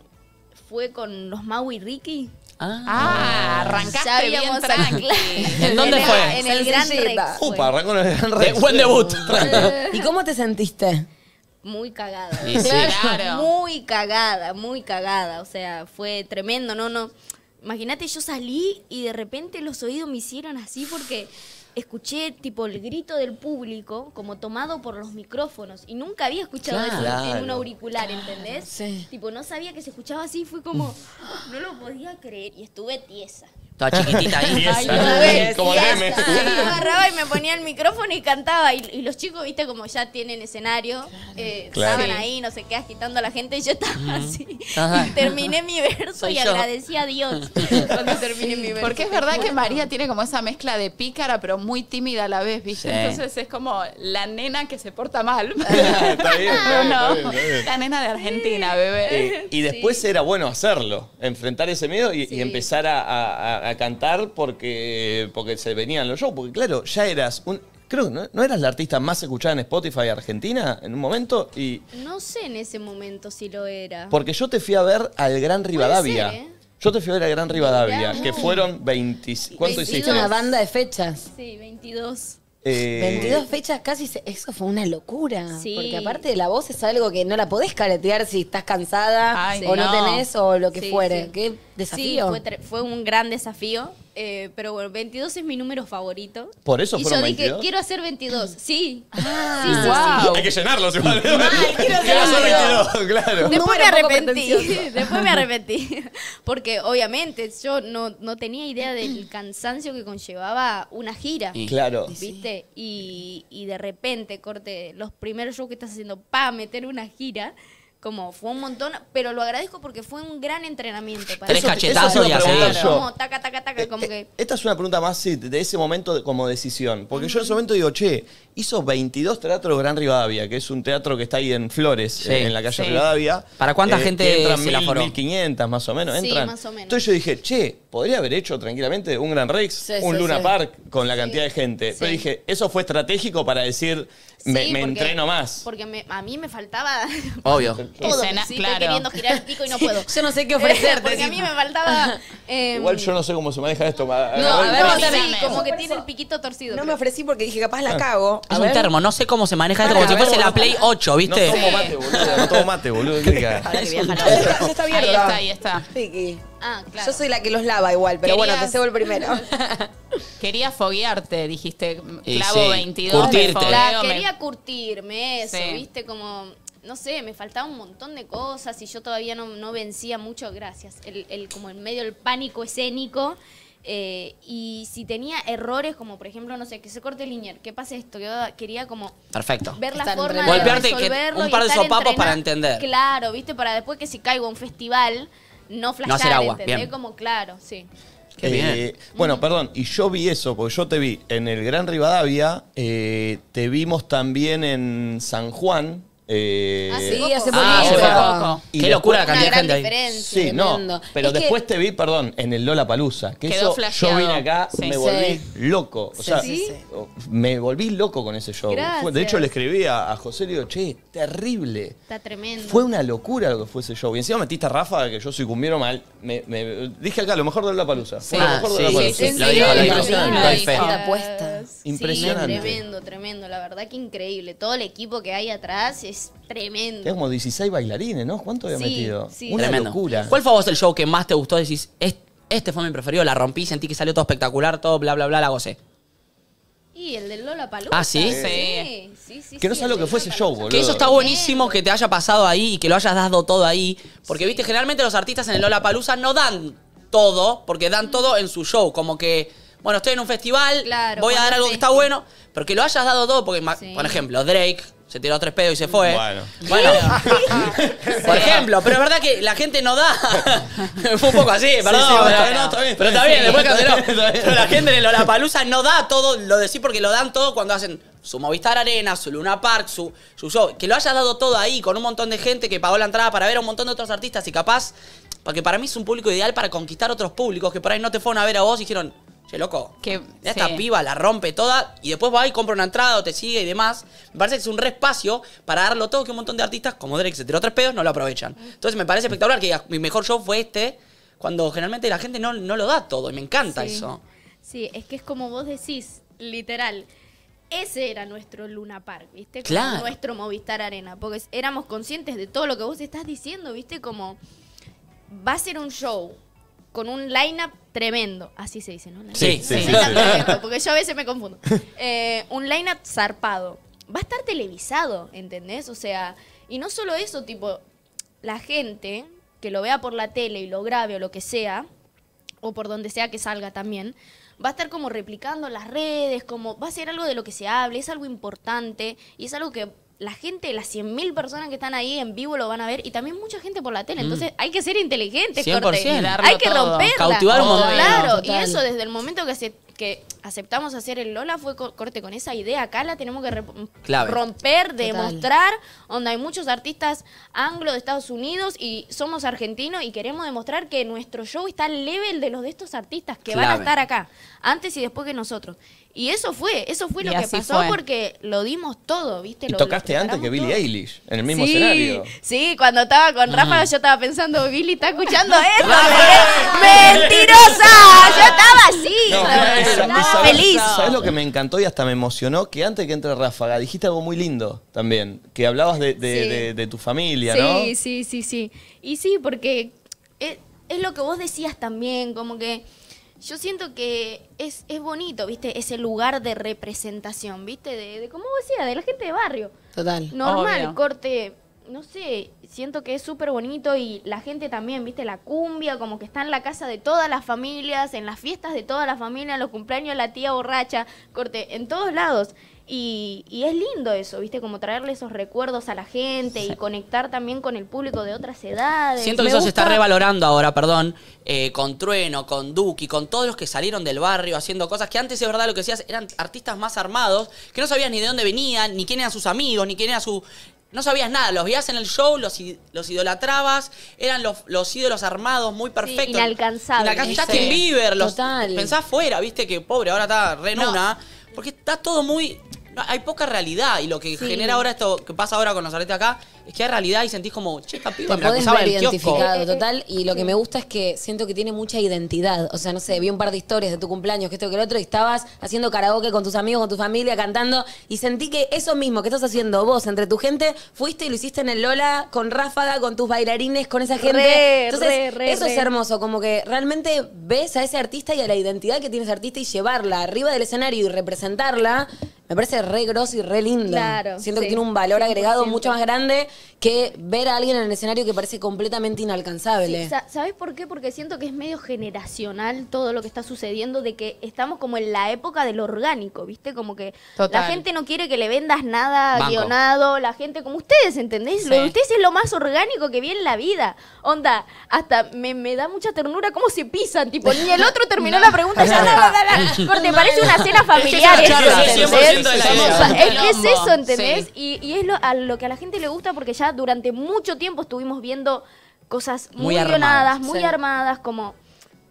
[SPEAKER 6] fue con los Mau y Ricky.
[SPEAKER 4] Ah, arrancaste
[SPEAKER 6] Ya
[SPEAKER 4] bien
[SPEAKER 6] habíamos-
[SPEAKER 4] tranqui.
[SPEAKER 3] ¿En dónde
[SPEAKER 6] el-
[SPEAKER 3] fue?
[SPEAKER 6] En el Gran
[SPEAKER 5] Sencillita.
[SPEAKER 6] Rex.
[SPEAKER 1] Upa, arrancó en el gran
[SPEAKER 3] De-
[SPEAKER 1] Rex.
[SPEAKER 3] buen debut.
[SPEAKER 5] ¿Y cómo te sentiste?
[SPEAKER 6] Muy cagada.
[SPEAKER 3] Y sí.
[SPEAKER 4] Claro.
[SPEAKER 6] Muy cagada, muy cagada. O sea, fue tremendo, no, no. Imagínate, yo salí y de repente los oídos me hicieron así porque escuché tipo el grito del público como tomado por los micrófonos y nunca había escuchado eso en- en un
[SPEAKER 1] Claro.
[SPEAKER 6] auricular, ¿entendés?
[SPEAKER 5] sí.
[SPEAKER 6] Tipo, no sabía que se escuchaba así, fue como, no lo podía creer y estuve tiesa.
[SPEAKER 3] Toda chiquitita ahí.
[SPEAKER 1] Tiesa.
[SPEAKER 6] Estuve
[SPEAKER 1] Como el
[SPEAKER 6] tiesa.
[SPEAKER 1] meme.
[SPEAKER 6] Yo agarraba y me ponía el micrófono y cantaba. Y, y los chicos, viste, como ya tienen escenario, eh,
[SPEAKER 1] Claro.
[SPEAKER 6] estaban ahí, no sé qué, agitando a la gente. Y yo estaba así.
[SPEAKER 3] Ajá.
[SPEAKER 6] Y terminé mi verso
[SPEAKER 3] Soy
[SPEAKER 6] y
[SPEAKER 3] yo.
[SPEAKER 6] agradecí a Dios cuando terminé mi verso.
[SPEAKER 4] Porque es verdad que María tiene como esa mezcla de pícara, pero muy tímida a la vez, ¿viste?
[SPEAKER 3] Sí.
[SPEAKER 4] Entonces es como la nena que se porta mal.
[SPEAKER 1] Está bien, está bien, está
[SPEAKER 4] Ah, no,
[SPEAKER 1] bien,
[SPEAKER 4] no.
[SPEAKER 1] está bien.
[SPEAKER 4] La nena de Argentina, bebé.
[SPEAKER 1] Eh, y después era bueno hacerlo, enfrentar ese miedo y, y empezar a, a- a- a cantar porque, porque se venían los shows. Porque claro, ya eras un... Creo que no, no eras la artista más escuchada en Spotify Argentina en un momento y...
[SPEAKER 6] No sé en ese momento si lo era.
[SPEAKER 1] Porque yo te fui a ver al Gran Rivadavia.
[SPEAKER 6] ser, ¿eh?
[SPEAKER 1] Yo te fui a ver al Gran Rivadavia,
[SPEAKER 6] Mirá.
[SPEAKER 1] que fueron 20... ¿Cuánto
[SPEAKER 5] Hiciste
[SPEAKER 1] hiciste?
[SPEAKER 5] una banda de fechas.
[SPEAKER 6] Sí, 22.
[SPEAKER 1] Eh,
[SPEAKER 5] 22 fechas casi, se- eso fue una locura.
[SPEAKER 6] Sí.
[SPEAKER 5] Porque aparte la voz es algo que no la podés caretear si estás cansada
[SPEAKER 4] Ay,
[SPEAKER 5] o no.
[SPEAKER 4] no.
[SPEAKER 5] tenés o lo que
[SPEAKER 6] Sí,
[SPEAKER 5] fuere.
[SPEAKER 6] sí.
[SPEAKER 5] Qué
[SPEAKER 6] Sí,
[SPEAKER 5] desafío.
[SPEAKER 6] fue, tre- fue un gran desafío. eh, pero bueno, 22 es mi número favorito.
[SPEAKER 1] Por eso
[SPEAKER 6] Y yo
[SPEAKER 1] fueron
[SPEAKER 6] dije,
[SPEAKER 1] 22.
[SPEAKER 6] quiero hacer 22. Sí.
[SPEAKER 4] Ah, wow.
[SPEAKER 7] Hay que llenarlos igual.
[SPEAKER 5] quiero
[SPEAKER 7] Quiero hacer
[SPEAKER 5] llenarlos.
[SPEAKER 7] 22, claro.
[SPEAKER 6] Después me
[SPEAKER 5] número poco
[SPEAKER 6] arrepentí,
[SPEAKER 5] pretencioso.
[SPEAKER 6] después me arrepentí, porque obviamente yo no, no tenía idea del cansancio que conllevaba una gira,
[SPEAKER 3] Y-
[SPEAKER 1] Claro.
[SPEAKER 6] ¿viste? Y, y de repente, corte, los primeros shows que estás haciendo para meter una gira, como fue un montón, pero lo agradezco porque fue un gran entrenamiento para
[SPEAKER 3] Tres
[SPEAKER 6] mí.
[SPEAKER 1] Eso- eso
[SPEAKER 3] cachetazos
[SPEAKER 1] te
[SPEAKER 3] y
[SPEAKER 1] iba a preguntar
[SPEAKER 3] así.
[SPEAKER 1] yo.
[SPEAKER 6] Como taca, taca, taca, como
[SPEAKER 1] Eh,
[SPEAKER 6] que...
[SPEAKER 1] eh, Esta es una pregunta más sí, de ese momento de- como decisión. Porque yo en ese momento digo, che, hizo 22 teatros Gran Rivadavia, que es un teatro que está ahí en Flores,
[SPEAKER 3] Sí.
[SPEAKER 1] eh, en la calle
[SPEAKER 4] Sí.
[SPEAKER 1] Rivadavia.
[SPEAKER 3] ¿Para cuánta gente
[SPEAKER 1] que entran
[SPEAKER 3] se la
[SPEAKER 1] mil,
[SPEAKER 3] foró?
[SPEAKER 1] 1500 más o menos.
[SPEAKER 6] Sí,
[SPEAKER 1] Entran.
[SPEAKER 6] más o menos.
[SPEAKER 1] Entonces yo dije, che, podría haber hecho tranquilamente un Gran Rex,
[SPEAKER 5] Sí,
[SPEAKER 1] un
[SPEAKER 5] sí,
[SPEAKER 1] Luna
[SPEAKER 5] sí.
[SPEAKER 1] Park con la cantidad de gente. Pero dije, eso fue estratégico para decir, me,
[SPEAKER 6] sí,
[SPEAKER 1] me
[SPEAKER 6] porque-
[SPEAKER 1] entreno más.
[SPEAKER 6] Porque me- a mí me faltaba
[SPEAKER 3] Obvio.
[SPEAKER 6] todo.
[SPEAKER 4] Escena-
[SPEAKER 6] sí, estoy
[SPEAKER 4] claro.
[SPEAKER 6] queriendo girar el pico y no puedo.
[SPEAKER 5] Yo no sé qué ofrecerte.
[SPEAKER 6] Porque a mí me faltaba... em,
[SPEAKER 1] Igual yo no sé cómo se maneja esto. ma-
[SPEAKER 5] No, a ver,
[SPEAKER 6] No,
[SPEAKER 5] vos
[SPEAKER 6] sí,
[SPEAKER 5] tenés.
[SPEAKER 6] como que tiene el piquito torcido.
[SPEAKER 5] No me
[SPEAKER 6] creo.
[SPEAKER 5] ofrecí porque dije, capaz la cago. A
[SPEAKER 3] Ah. Es un
[SPEAKER 5] ver.
[SPEAKER 3] termo, no sé cómo se maneja esto, como si
[SPEAKER 5] Para,
[SPEAKER 3] fuese
[SPEAKER 5] para,
[SPEAKER 3] la Play 8,
[SPEAKER 1] No
[SPEAKER 3] ¿viste?
[SPEAKER 1] tomo mate, boludo. No tomo mate, boludo. ¿qué diga?
[SPEAKER 5] Ya está abierto.
[SPEAKER 4] Ahí está, ahí está.
[SPEAKER 5] Vicky.
[SPEAKER 6] Ah, claro.
[SPEAKER 5] Yo soy la que los lava igual, pero bueno, te
[SPEAKER 4] Querías-
[SPEAKER 5] cebo el primero.
[SPEAKER 4] Quería foguearte, dijiste. Clavo
[SPEAKER 3] Y sí,
[SPEAKER 4] 22.
[SPEAKER 3] curtirte.
[SPEAKER 4] me fogueo,
[SPEAKER 6] La
[SPEAKER 4] me-
[SPEAKER 6] quería curtirme eso,
[SPEAKER 4] Ah, Sí.
[SPEAKER 6] viste, como, no sé, me faltaba un montón de cosas y yo todavía no, no vencía mucho, gracias, el, el- como en medio del pánico escénico. eh, y si tenía errores, como por ejemplo, no sé, que se corte el linier, que pase esto, que yo quería como
[SPEAKER 3] Perfecto.
[SPEAKER 6] ver la
[SPEAKER 5] Estar
[SPEAKER 6] forma de
[SPEAKER 3] Golpearte y que
[SPEAKER 6] resolverlo
[SPEAKER 3] un
[SPEAKER 6] y
[SPEAKER 3] par de
[SPEAKER 6] estar
[SPEAKER 3] sopapos
[SPEAKER 6] entrenando.
[SPEAKER 3] para entender.
[SPEAKER 6] Claro, viste, para después que si caigo a un festival, no flashear,
[SPEAKER 3] hacer agua,
[SPEAKER 6] ¿entendés?
[SPEAKER 3] bien.
[SPEAKER 6] Como claro, sí.
[SPEAKER 3] Qué bien.
[SPEAKER 1] Eh, Bueno, perdón, y yo vi eso, porque yo te vi en el Gran Rivadavia, eh, te vimos también en San Juan, Eh,
[SPEAKER 6] Ah,
[SPEAKER 5] Sí, hace poquito.
[SPEAKER 3] Ah, hace
[SPEAKER 4] poco.
[SPEAKER 1] Y
[SPEAKER 3] Qué
[SPEAKER 1] después-
[SPEAKER 3] locura la
[SPEAKER 6] Una
[SPEAKER 3] cantidad de
[SPEAKER 6] gran
[SPEAKER 3] gente ahí.
[SPEAKER 6] diferencia.
[SPEAKER 1] Sí,
[SPEAKER 5] Tremendo.
[SPEAKER 1] no. Pero
[SPEAKER 5] Es que-
[SPEAKER 1] después te vi, perdón, en el Lola Palusa. Que
[SPEAKER 4] Quedó
[SPEAKER 1] eso,
[SPEAKER 4] flasheado.
[SPEAKER 1] yo vine acá,
[SPEAKER 4] Sí.
[SPEAKER 1] me volví
[SPEAKER 5] Sí.
[SPEAKER 1] loco. O
[SPEAKER 5] Sí,
[SPEAKER 1] sea,
[SPEAKER 5] sí, sí.
[SPEAKER 1] me volví loco con ese show. Fue- De
[SPEAKER 6] Gracias.
[SPEAKER 1] hecho, le escribí a, a José y le digo, che, terrible.
[SPEAKER 6] Está tremendo.
[SPEAKER 1] Fue una locura lo que fue ese show. Y encima metiste a Rafa, que yo soy cumbiero mal. Me, me- dije acá, lo mejor de Lola Palusa. Fue
[SPEAKER 3] Sí.
[SPEAKER 1] lo mejor
[SPEAKER 3] Ah,
[SPEAKER 1] de Lola
[SPEAKER 3] sí,
[SPEAKER 1] Palusa.
[SPEAKER 3] sí, sí. Lo dijo, lo dijo.
[SPEAKER 4] Impresionante.
[SPEAKER 3] Doy fe.
[SPEAKER 5] La apuesta.
[SPEAKER 1] Impresionante.
[SPEAKER 6] Eh, Sí, tremendo, tremendo. La verdad que increíble. Todo el equipo que hay atrás es tremendo.
[SPEAKER 1] Tenés como 16 bailarines, ¿no? ¿Cuánto había
[SPEAKER 6] Sí,
[SPEAKER 1] metido?
[SPEAKER 6] sí.
[SPEAKER 1] Una
[SPEAKER 3] Tremendo.
[SPEAKER 1] locura.
[SPEAKER 3] ¿Cuál fue a vos el show que más te gustó? Decís, "Es- este fue mi preferido, la rompí, sentí que salió todo espectacular, todo bla, bla, bla, la gocé.
[SPEAKER 6] Y el del Lola Palusa.
[SPEAKER 3] Ah, ¿sí?
[SPEAKER 6] Sí, sí, sí.
[SPEAKER 1] Que no
[SPEAKER 6] sí,
[SPEAKER 1] sabes
[SPEAKER 6] el
[SPEAKER 1] lo que
[SPEAKER 6] del
[SPEAKER 1] fue ese show,
[SPEAKER 6] Lollapalooza.
[SPEAKER 1] boludo.
[SPEAKER 3] Que eso está buenísimo que te haya pasado ahí y que lo hayas dado todo ahí. Porque, viste, generalmente los artistas en el Lollapalooza no dan todo, porque dan todo en su show. Como que, bueno, estoy en un festival,
[SPEAKER 6] Claro,
[SPEAKER 3] voy a
[SPEAKER 6] cuando
[SPEAKER 3] dar algo
[SPEAKER 6] es
[SPEAKER 3] que está
[SPEAKER 6] este.
[SPEAKER 3] bueno, pero que lo hayas dado todo, porque, ma-
[SPEAKER 6] Sí.
[SPEAKER 3] por ejemplo, Drake se tiró tres pedos y se fue.
[SPEAKER 1] Bueno.
[SPEAKER 3] Bueno. por ejemplo, pero es verdad que la gente no da. Fue un poco así, perdón.
[SPEAKER 1] sí,
[SPEAKER 3] pero,
[SPEAKER 1] está bien, no, está bien, está
[SPEAKER 3] pero
[SPEAKER 1] bien.
[SPEAKER 3] está bien, después
[SPEAKER 1] Está bien,
[SPEAKER 3] canceló.
[SPEAKER 1] está bien.
[SPEAKER 3] Pero la gente en el Lollapalooza no da todo, lo decís porque lo dan todo cuando hacen su Movistar Arena, su Luna Park, su, su show. Que lo hayas dado todo ahí con un montón de gente que pagó la entrada para ver a un montón de otros artistas y capaz, porque para mí es un público ideal para conquistar otros públicos que por ahí no te fueron a ver a vos y dijeron, che, loco,
[SPEAKER 4] Que-
[SPEAKER 3] esta
[SPEAKER 4] sí.
[SPEAKER 3] piba la rompe toda y después va y compra una entrada o te sigue y demás. Me parece que es un re espacio para darlo todo que un montón de artistas como Drake que se tiró tres pedos no lo aprovechan. Entonces me parece espectacular que digas, mi mejor show fue este. Cuando generalmente la gente no, no lo da todo y me encanta
[SPEAKER 6] Sí.
[SPEAKER 3] eso.
[SPEAKER 6] Sí, es que es como vos decís, literal. Ese era nuestro Luna Park, ¿viste? Como
[SPEAKER 3] Claro.
[SPEAKER 6] nuestro Movistar Arena, porque es- éramos conscientes de todo lo que vos estás diciendo, ¿viste? Como va a ser un show con un lineup tremendo, así se dice, ¿no?
[SPEAKER 3] Sí, sí,
[SPEAKER 6] Un
[SPEAKER 3] sí,
[SPEAKER 6] lineup tremendo, porque yo a veces me confundo. Eh, un lineup zarpado. Va a estar televisado, ¿entendés? O sea, y no solo eso, tipo, la gente que lo vea por la tele y lo grabe o lo que sea, o por donde sea que salga también, va a estar como replicando las redes, como va a ser algo de lo que se hable, es algo importante y es algo que la gente, las 100.000 personas que están ahí en vivo lo van a ver y también mucha gente por la tele.
[SPEAKER 3] Mm.
[SPEAKER 6] Entonces hay que ser inteligentes,
[SPEAKER 3] 100%.
[SPEAKER 6] Corte.
[SPEAKER 3] Y
[SPEAKER 4] darlo
[SPEAKER 6] Hay que
[SPEAKER 4] todo.
[SPEAKER 6] romperla.
[SPEAKER 3] Cautivar un montón.
[SPEAKER 6] Claro,
[SPEAKER 5] Total.
[SPEAKER 6] y eso desde el momento que, acep- que aceptamos hacer el Lola fue co- corte con esa idea. Acá la tenemos que re-
[SPEAKER 3] Clave.
[SPEAKER 6] romper, demostrar, donde hay muchos artistas anglo de Estados Unidos y somos argentinos y queremos demostrar que nuestro show está al level de los de estos artistas que van a
[SPEAKER 3] Clave.
[SPEAKER 6] estar acá, antes y después que nosotros. Y eso fue, eso fue
[SPEAKER 4] Y
[SPEAKER 6] lo que
[SPEAKER 4] así
[SPEAKER 6] pasó
[SPEAKER 4] fue.
[SPEAKER 6] porque lo dimos todo, ¿viste?
[SPEAKER 1] Y
[SPEAKER 6] Lo-
[SPEAKER 1] tocaste
[SPEAKER 6] lo
[SPEAKER 1] antes que
[SPEAKER 6] preparamos
[SPEAKER 1] Billie
[SPEAKER 6] todo.
[SPEAKER 1] Eilish, en el mismo
[SPEAKER 6] sí,
[SPEAKER 1] escenario. Mm.
[SPEAKER 6] Sí, cuando estaba con Rafa yo estaba pensando, Billy está escuchando esto. ¡Mentirosa! Yo estaba así.
[SPEAKER 1] No,
[SPEAKER 6] estaba-
[SPEAKER 1] esa-
[SPEAKER 6] estaba
[SPEAKER 1] esa-
[SPEAKER 6] feliz.
[SPEAKER 1] ¿Sabes lo que me encantó y hasta me emocionó? Que antes que entre Ráfaga dijiste algo muy lindo también. Que hablabas de, de-
[SPEAKER 6] Sí.
[SPEAKER 1] de- de tu familia,
[SPEAKER 6] sí,
[SPEAKER 1] ¿no?
[SPEAKER 6] Sí, sí, sí. Y sí, porque es, es lo que vos decías también, como que yo siento que es, es bonito, ¿viste? Ese lugar de representación, ¿viste? De, de como vos decías, de la gente de barrio.
[SPEAKER 5] Total.
[SPEAKER 6] Normal,
[SPEAKER 4] Obvio.
[SPEAKER 6] corte. No sé, siento que es súper bonito y la gente también, viste, la cumbia, como que está en la casa de todas las familias, en las fiestas de todas las familias, en los cumpleaños de la tía borracha, corte, en todos lados. Y, y es lindo eso, viste, como traerle esos recuerdos a la gente y conectar también con el público de otras edades.
[SPEAKER 3] Siento que
[SPEAKER 5] Me
[SPEAKER 3] eso se está
[SPEAKER 5] gusta-
[SPEAKER 3] revalorando ahora, perdón, eh, con Trueno, con Duki, con todos los que salieron del barrio haciendo cosas que antes, es verdad, lo que decías, eran artistas más armados, que no sabías ni de dónde venían, ni quién eran sus amigos, ni quién era su... No sabías nada, los veías en el show, los, i- los idolatrabas, eran los, los ídolos armados, muy perfectos.
[SPEAKER 6] inalcanzables.
[SPEAKER 3] Inalcanzables.
[SPEAKER 6] Sí.
[SPEAKER 3] Justin Bieber, los,
[SPEAKER 5] Total.
[SPEAKER 3] pensás fuera, viste que pobre, ahora está re en una, porque está todo muy... no, hay poca realidad y lo que genera ahora esto que pasa ahora con los artistas acá es que hay realidad y sentís como, che, esta piba
[SPEAKER 5] Te
[SPEAKER 3] me la
[SPEAKER 5] podés
[SPEAKER 3] cruzaba
[SPEAKER 5] ver
[SPEAKER 3] en el kiosco.
[SPEAKER 6] Eh,
[SPEAKER 5] identificado, total. Y lo que me gusta es que siento que tiene mucha identidad. O sea, no sé, vi un par de historias de tu cumpleaños, que esto, que el otro, y estabas haciendo karaoke con tus amigos, con tu familia, cantando. Y sentí que eso mismo que estás haciendo vos, entre tu gente, fuiste y lo hiciste en el Lola, con Ráfaga, con tus bailarines, con esa gente.
[SPEAKER 6] Re,
[SPEAKER 5] Entonces,
[SPEAKER 6] re, re,
[SPEAKER 5] eso es
[SPEAKER 6] re.
[SPEAKER 5] hermoso. Como que realmente ves a ese artista y a la identidad que tiene ese artista y llevarla arriba del escenario y representarla. Me parece re grosso y re lindo.
[SPEAKER 6] Claro,
[SPEAKER 5] Siento que
[SPEAKER 6] sí,
[SPEAKER 5] tiene un valor agregado
[SPEAKER 6] 100%.
[SPEAKER 5] mucho más grande que ver a alguien en el escenario que parece completamente
[SPEAKER 6] Sí,
[SPEAKER 5] inalcanzable.
[SPEAKER 6] sa- ¿Sabes por qué? Porque siento que es medio generacional todo lo que está sucediendo, de que estamos como en la época del orgánico, ¿viste? Como que
[SPEAKER 4] Total.
[SPEAKER 6] la gente no quiere que le vendas nada
[SPEAKER 3] Banco.
[SPEAKER 6] guionado, la gente como ustedes, ¿entendés? Lo de
[SPEAKER 4] Sí.
[SPEAKER 6] ustedes es lo más orgánico que vi en la vida. Onda, hasta me, me da mucha ternura cómo se pisan, tipo, ni el otro terminó la pregunta, ya, la, la, la, la. Corte, parece una cena familiar.
[SPEAKER 3] Es que es una charla,
[SPEAKER 6] eso,
[SPEAKER 3] es
[SPEAKER 6] ¿entendés?
[SPEAKER 3] dentro de la
[SPEAKER 4] Somos
[SPEAKER 3] idea.
[SPEAKER 6] O sea,
[SPEAKER 4] un
[SPEAKER 6] es que es
[SPEAKER 4] quilombo,
[SPEAKER 6] eso, ¿entendés?
[SPEAKER 4] sí.
[SPEAKER 6] Y, y es lo, a lo que a la gente le gusta porque ya durante mucho tiempo estuvimos viendo cosas muy,
[SPEAKER 3] Muy armadas,
[SPEAKER 6] violadas, muy
[SPEAKER 5] sí.
[SPEAKER 6] armadas, como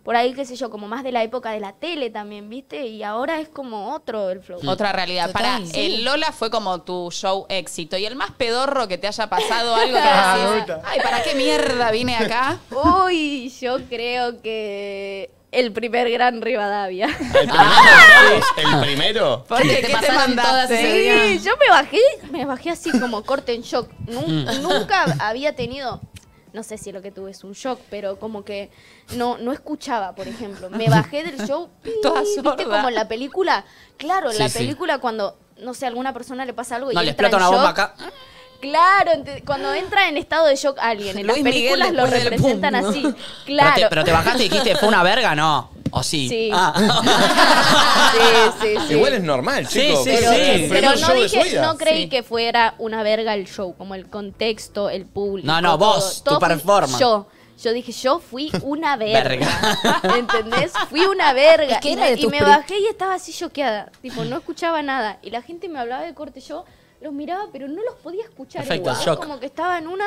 [SPEAKER 6] por ahí, qué sé yo, como más de la época de la tele también, ¿viste? Y ahora es como otro el flow.
[SPEAKER 4] Otra realidad. Para
[SPEAKER 5] Total.
[SPEAKER 4] el Lola fue como tu show éxito. Y el más pedorro que te haya pasado algo que decís, ay, ¿para qué mierda vine acá?
[SPEAKER 6] Uy, yo creo que el primer gran Rivadavia.
[SPEAKER 1] ¿El
[SPEAKER 6] Ah.
[SPEAKER 1] primero? ¿Es ¿El primero?
[SPEAKER 4] Porque
[SPEAKER 5] Te
[SPEAKER 4] ¿qué te
[SPEAKER 5] pasaron todas
[SPEAKER 4] mandaste?
[SPEAKER 5] ese día.
[SPEAKER 6] Sí, yo me bajé, me bajé así como corte en shock. Nun- nunca había tenido, no sé si lo que tuve es un shock, pero como que no, no escuchaba, por ejemplo. Me bajé del show,
[SPEAKER 4] Toda
[SPEAKER 6] ¿viste?
[SPEAKER 4] sorda.
[SPEAKER 6] Como en la película, claro, en
[SPEAKER 3] Sí,
[SPEAKER 6] la
[SPEAKER 3] sí.
[SPEAKER 6] película cuando, no sé, a alguna persona le pasa algo y
[SPEAKER 3] No, le
[SPEAKER 6] entra
[SPEAKER 3] explota
[SPEAKER 6] en
[SPEAKER 3] una
[SPEAKER 6] shock. Ah,
[SPEAKER 3] bomba acá.
[SPEAKER 6] Claro, ente- cuando entra en estado de shock alguien, en las
[SPEAKER 3] Luis Miguel
[SPEAKER 6] películas lo
[SPEAKER 3] después del boom,
[SPEAKER 6] representan
[SPEAKER 3] ¿no?
[SPEAKER 6] así.
[SPEAKER 3] Pero
[SPEAKER 6] Claro.
[SPEAKER 3] Pero te, pero te bajaste y dijiste, ¿fue una verga? No. ¿O sí?
[SPEAKER 6] Sí.
[SPEAKER 3] Ah.
[SPEAKER 6] sí, sí, sí.
[SPEAKER 1] Igual es normal,
[SPEAKER 3] Sí,
[SPEAKER 1] chicos.
[SPEAKER 3] sí,
[SPEAKER 1] pero
[SPEAKER 3] sí.
[SPEAKER 1] es el
[SPEAKER 6] Pero
[SPEAKER 1] primer
[SPEAKER 6] no,
[SPEAKER 1] show de
[SPEAKER 6] dije-
[SPEAKER 1] su vida.
[SPEAKER 6] no creí
[SPEAKER 3] Sí.
[SPEAKER 6] que fuera una verga el show, como el contexto, el público.
[SPEAKER 3] No, no, vos, tu
[SPEAKER 6] fui
[SPEAKER 3] performance.
[SPEAKER 6] Yo. Yo dije, yo fui una verga.
[SPEAKER 3] Verga.
[SPEAKER 6] ¿Entendés? Fui una verga.
[SPEAKER 5] Es que
[SPEAKER 6] y
[SPEAKER 5] era
[SPEAKER 6] no-
[SPEAKER 5] de
[SPEAKER 6] y
[SPEAKER 5] tus
[SPEAKER 6] me
[SPEAKER 5] pri-
[SPEAKER 6] bajé y estaba así choqueada. Tipo, no escuchaba nada. Y la gente me hablaba de corte. Yo los miraba, pero no los podía escuchar.
[SPEAKER 3] Perfecto,
[SPEAKER 6] igual.
[SPEAKER 3] shock.
[SPEAKER 6] Como que estaba en una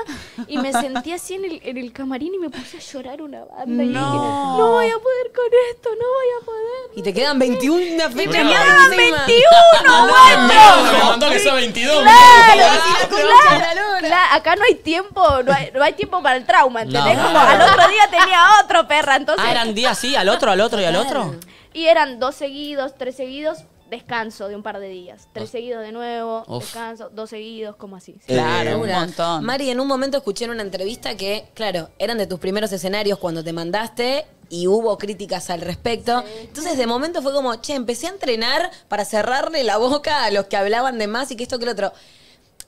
[SPEAKER 6] y me sentí así en el, en el camarín y me puse a llorar una banda. Y dije,
[SPEAKER 4] No.
[SPEAKER 6] no voy a poder con esto, no voy a poder.
[SPEAKER 5] Y te quedan 21 fechas.
[SPEAKER 1] quedan
[SPEAKER 5] más encima.
[SPEAKER 6] 21,
[SPEAKER 1] Ah, Me
[SPEAKER 6] bueno.
[SPEAKER 1] mandó que sea 22.
[SPEAKER 3] Ah,
[SPEAKER 6] Claro,
[SPEAKER 5] la
[SPEAKER 6] claro,
[SPEAKER 5] concha de la lora.
[SPEAKER 6] claro. acá no hay tiempo, no hay, no hay tiempo para el trauma, ¿entendés?
[SPEAKER 3] No.
[SPEAKER 6] Como al otro día tenía otro perra, entonces.
[SPEAKER 3] Ah, eran días así, al otro, al otro y al otro.
[SPEAKER 6] Y eran dos seguidos, tres seguidos, descanso de un par de días. Tres seguidos de nuevo,
[SPEAKER 3] Oh. Uf.
[SPEAKER 6] descanso, dos seguidos, como así.
[SPEAKER 1] Eh,
[SPEAKER 4] Claro, un
[SPEAKER 5] Segura.
[SPEAKER 4] montón.
[SPEAKER 5] Mari, en un momento escuché en una entrevista que, claro, eran de tus primeros escenarios cuando te mandaste y hubo críticas al respecto. Entonces, de momento fue como, che, empecé a entrenar para cerrarle la boca a los que hablaban de más y que esto que lo otro.